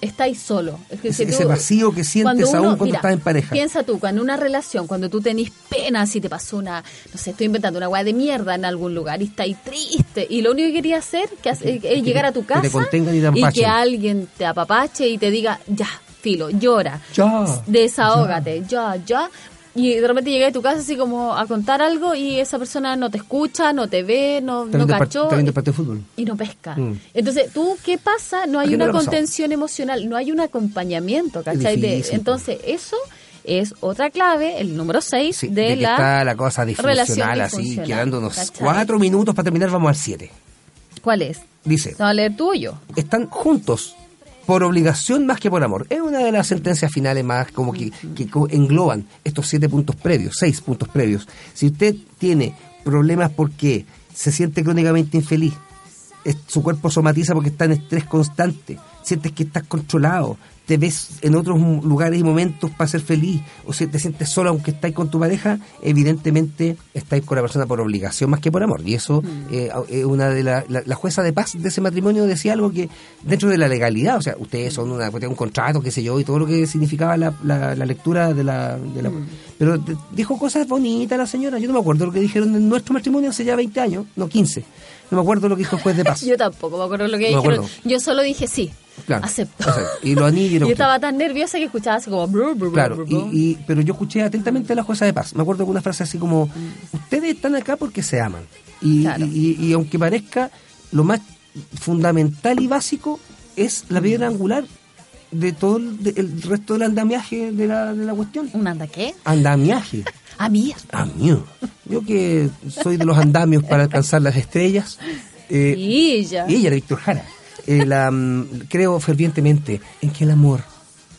estáis solo. Es que Ese- ese vacío que sientes aún cuando estás en pareja. Piensa tú, cuando una relación, cuando tú tenés pena, si te pasó una, no sé, estoy inventando una weá de mierda en algún lugar y estáis triste y lo único que quería hacer que hace- es, te- llegar a tu que te casa contengan y te que apapachen. alguien te apapache y te diga, ya, filo, llora, Ya. desahógate, ya, ya. Y de repente llegué a tu casa así como a contar algo y esa persona no te escucha, no te ve, no, Está no viendo, par- cachó. está viendo y- partido de fútbol. y no pesca. Mm. Entonces, ¿tú qué pasa? No ¿A hay quién no una le ha pasado? contención emocional, no hay un acompañamiento, ¿cachai? De- difícil, entonces, eso es otra clave, el número 6 Sí, de, de que la está la cosa relación disfuncional, así, disfuncional, quedándonos ¿cachai? cuatro minutos para terminar, vamos al siete. ¿Cuál es? Dice, ¿Se va a leer tú o yo? están juntos por obligación más que por amor. Es una de las sentencias finales más como que, que co- engloban estos siete puntos previos, seis puntos previos. Si usted tiene problemas porque se siente crónicamente infeliz, es- su cuerpo somatiza porque está en estrés constante, sientes que estás controlado, te ves en otros mu- lugares y momentos para ser feliz, o si te sientes solo aunque estáis con tu pareja, evidentemente estáis con la persona por obligación más que por amor. Y eso eh, a- eh, una de la, la- la jueza de paz de ese matrimonio decía algo que dentro de la legalidad, o sea, ustedes son una cuestión, un contrato, qué sé yo, y todo lo que significaba la, la- la lectura de la... de la- Pero d- dijo cosas bonitas la señora, yo no me acuerdo lo que dijeron en nuestro matrimonio hace ya 20 años, no 15. No me acuerdo lo que dijo el juez de paz. *laughs* Yo tampoco me acuerdo lo que No me dijeron. acuerdo. Yo solo dije sí, Claro. acepto. O sea, y lo *laughs* anillo y lo Yo que- estaba tan nerviosa que escuchaba así como... blu, blu, blu, Claro, blu, y, blu. y- pero yo escuché atentamente a la jueza de paz. Me acuerdo con una frase así como, ustedes están acá porque se aman. Y, Claro. y- y- y aunque parezca, lo más fundamental y básico es la piedra angular de todo el, de- el resto del andamiaje de la, de la cuestión. ¿Un anda qué? Ah, Andamiaje. A mí. Andamio. Yo que soy de los andamios para alcanzar las estrellas. eh, Y ya. y ella, la Víctor Jara. Eh, la, mm, creo fervientemente en que el amor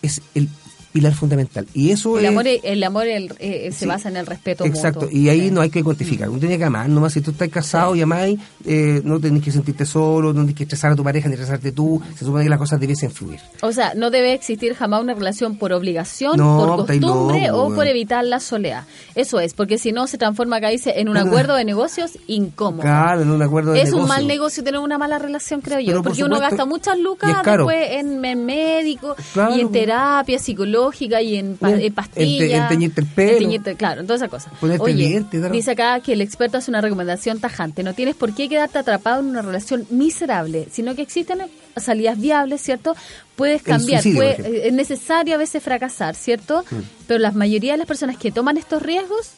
es el pilar fundamental. Y eso El es- amor, el amor el- eh, se pues, sí. basa en el respeto Exacto, mutuo. y ahí no hay que cuantificar. Uno tiene que amar, nomás si tú estás casado y amáis, eh, no tenés que sentirte solo, no tenés que estresar a tu pareja ni estresarte tú. Se supone que las cosas debiesen fluir. O sea, no debe existir jamás una relación por obligación, No, por estáis costumbre loco, o weón. por evitar la soledad. Eso es, porque si no se transforma, acá dice, en un Pero- acuerdo de negocios incómodo. Claro, en un acuerdo de es un negocio. mal negocio tener una mala relación, creo yo, Pero, por porque uno supuesto, gasta muchas lucas y es caro. después en, en médico Claro, y en pues. terapia psicológica y en, pa- Bien, en en te- pastillas. en teñirte el en pelo. teñirte- claro, en todas esas cosas. Ponerte Oye, dientes, claro. dice acá que el experto hace una recomendación tajante. No tienes por qué quedarte atrapado en una relación miserable, sino que existen salidas viables, ¿cierto? Puedes El cambiar, suicidio, por puede- ejemplo. eh, es necesario a veces fracasar, ¿cierto? Pero la mayoría de las personas que toman estos riesgos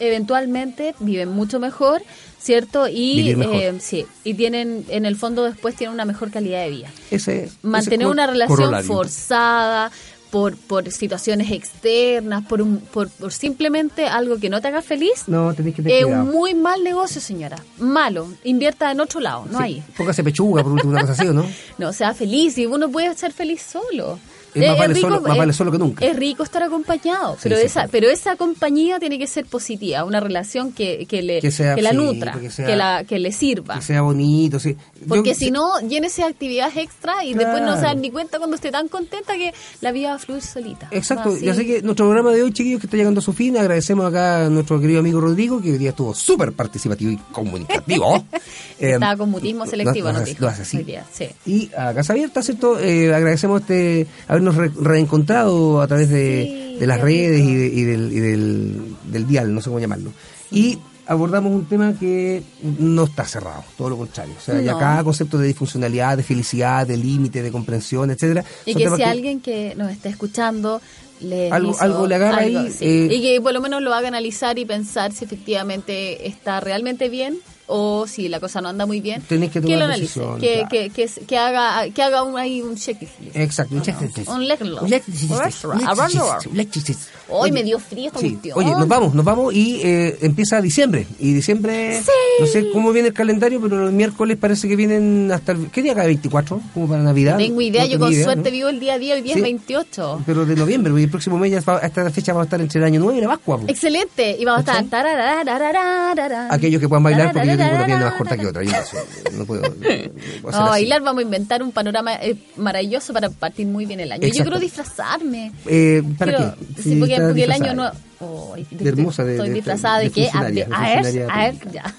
eventualmente viven mucho mejor, ¿cierto? Y Vivir mejor. eh, sí, y tienen en el fondo después tienen una mejor calidad de vida. Ese- ese Mantener cor- una relación corolario. forzada por por situaciones externas, por un por, por simplemente algo que no te haga feliz. No, tenés que tener Es cuidado. un muy mal negocio, señora. Malo. Invierta en otro lado, no Sí, ahí. Póngase pechuga por último, una cosa así, *laughs* ¿o ¿no? No, sea feliz y uno puede ser feliz solo. Eh, Es más vale solo- más vale solo que nunca. Es rico estar acompañado, Sí, pero sí, esa sí. pero esa compañía tiene que ser positiva, una relación que, que, le, Que sea la sí, nutra, que, que sea- la, que le sirva. Que sea bonito, sí. Yo- porque si no, llénese de actividades extra y después no se Claro. dan ni cuenta cuando esté tan contenta que la vida va a fluir solita. Exacto, Así. y así que nuestro programa de hoy, chiquillos, que está llegando a su fin, agradecemos acá a nuestro querido amigo Rodrigo, que hoy día estuvo súper participativo y *laughs* comunicativo. Eh, Estaba con mutismo selectivo, no, nos no, dijo no hace así. hoy día, sí. Y a Casa Abierta, ¿cierto? Eh, agradecemos este, habernos re- reencontrado a través de, Sí, de las qué redes rico. y, de- y del, y del, del dial, no sé cómo llamarlo. Y abordamos un tema que no está cerrado, todo lo contrario. O sea, ya No. cada concepto de disfuncionalidad, de felicidad, de límite, de comprensión, etcétera Y son que temas si alguien que nos está escuchando le Algo- hizo algo le agarra algo, ahí, sí. eh, y que por lo menos lo haga analizar y pensar si efectivamente está realmente bien o si la cosa no anda muy bien Tenés que tomar lo analice decisiones, que, claro. que, que, que haga que haga un, ahí un checklist Exacto, un checklist. Un checklist. Un checklist. Un Un restaurant. Around the world. checklist. Un checklist. hoy Oye, me dio frío esta sí. cuestión. Oye, nos vamos, nos vamos y eh, empieza diciembre. Y diciembre, no sé cómo viene el calendario, pero los miércoles parece que vienen hasta el... ¿Qué día cae? ¿24? Como para Navidad. tengo idea No yo con idea, suerte ¿no? vivo el día a día hoy día es Sí. 28 Pero de noviembre, porque el próximo mes ya va- hasta la fecha va a estar entre el año nuevo y la Pascua. po. excelente y vamos a ¿Cachai? estar tararararararara. Aquellos que puedan bailar, porque yo tengo una pierna más corta que otra. yo no sé, no *laughs* puedo... puedo hacer No, así. bailar vamos a inventar un panorama eh, maravilloso para partir muy bien el año. Yo Exacto. quiero disfrazarme. Eh, ¿Para Quiero- qué? sí, Si porque, está porque el año disfrazada. nuevo... Ay, hermosa, de- estoy de- disfrazada de, de qué? A, funcionaria, a ver, de a ver, funcionaria ya.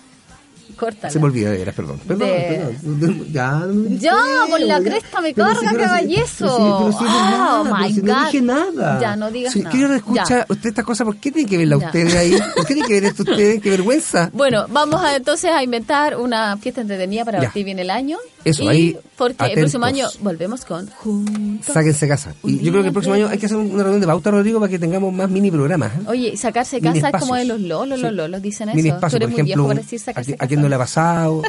Córtala. Se me olvidó, era, perdón. Perdón, De- perdón. Ya, no me Yo, distraigo, con la ya. cresta me Pero carga, pero caballezo. pero sí, pero sí, Oh, nada, pero my si God. No dije nada. Ya, no digas si nada. quiero escucha usted estas cosas, ¿por qué tiene que verla Ya. ustedes ahí? ¿Por qué tiene que ver esto ustedes? ¡Qué vergüenza! Bueno, vamos a, entonces a inventar una fiesta entretenida para Ya. partir bien el año. Eso, y ahí, Porque el atentos. próximo año volvemos con Juntos. Sáquense casa. Y yo creo que el próximo año hay que hacer una reunión de Bauta Rodrigo para que tengamos más mini programas. ¿eh? Oye, y sacarse Mini casa es como espacios. de los lolos, los Sí. lolos, dicen Mini eso. Tú espacio, eres por muy viejo ejemplo, para decir a, sacarse qui- a casa. quién no le ha pasado,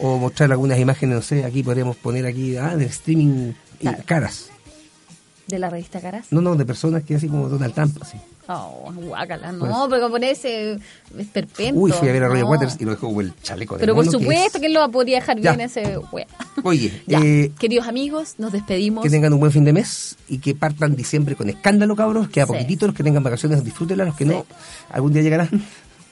o mostrar algunas imágenes, no sé, aquí podríamos poner aquí, ah, del streaming eh, Claro. caras. De la revista Caras. No, no, de personas que así como Donald Trump, así. Oh, guácala, no, Pues- pero con ese eh, esperpento. Uy, fui a ver a Roger no. Waters y lo dejó como el chaleco de Pero por mono que supuesto es. que él lo podría dejar Ya. bien ese wea. Oye, *laughs* Ya. *laughs* eh, Queridos amigos, nos despedimos. que tengan un buen fin de mes y que partan diciembre con escándalo, cabros. Queda Sí. poquitito, los que tengan vacaciones, disfrútenlas, los que no, algún día *laughs* llegarán.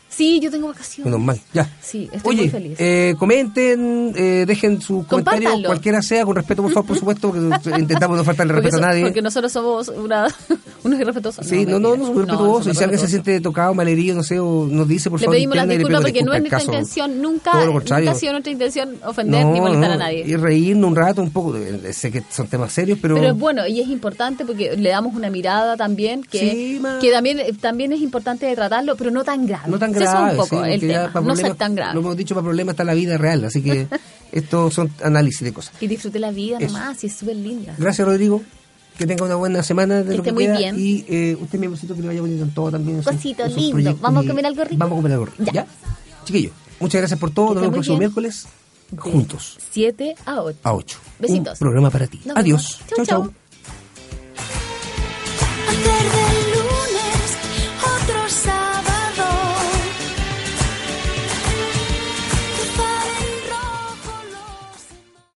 Sí, yo tengo vacaciones. Menos mal, ya. Sí, estoy Oye, muy feliz. eh, comenten, eh, dejen su comentario, Compártanlo. cualquiera sea, con respeto, por favor, por supuesto, porque intentamos no faltarle *laughs* Porque respeto so- a nadie. Porque nosotros somos una, *laughs* unos irrespetuosos. Sí, no, no, no, mentira. súper respetuoso. no Y si alguien se irrespetuosos. siente tocado, malherido, no sé, o nos dice, por Le favor, pedimos las interna y le disculpas pedimos porque no es nuestra disculpas, caso. intención, nunca, Todo lo nunca contrario. ha sido nuestra intención ofender ni No, molestar a no, nadie. Y reírnos un rato, un poco. eh, Sé que son temas serios, pero. Pero es bueno y es importante porque le damos una mirada también que, Sí, ma. que también, eh, también es importante de tratarlo, pero no tan grave. no tan Si eso es grave. un poco sí, el porque ya tema, para no ser problemas- tan grave. Lo hemos dicho, para problemas está la vida real, así *laughs* que estos son análisis de cosas. Y disfrute la vida Eso. nomás, y es súper linda. Gracias, Rodrigo. Que tenga una buena semana de Que lo esté que muy queda. bien. Y eh, usted, mi amorcito, que le vaya bonito en todo también. en sus- Cosito en sus lindo. proyectos Vamos a y comer algo rico. Vamos a comer algo rico. Ya. ¿Ya? Chiquillo, muchas gracias por todo. Que Nos esté vemos el próximo muy bien. miércoles De juntos 7 a 8. a 8. Besitos. Un programa para ti. Nos Adiós. vemos. Chau, chau. chau. chau.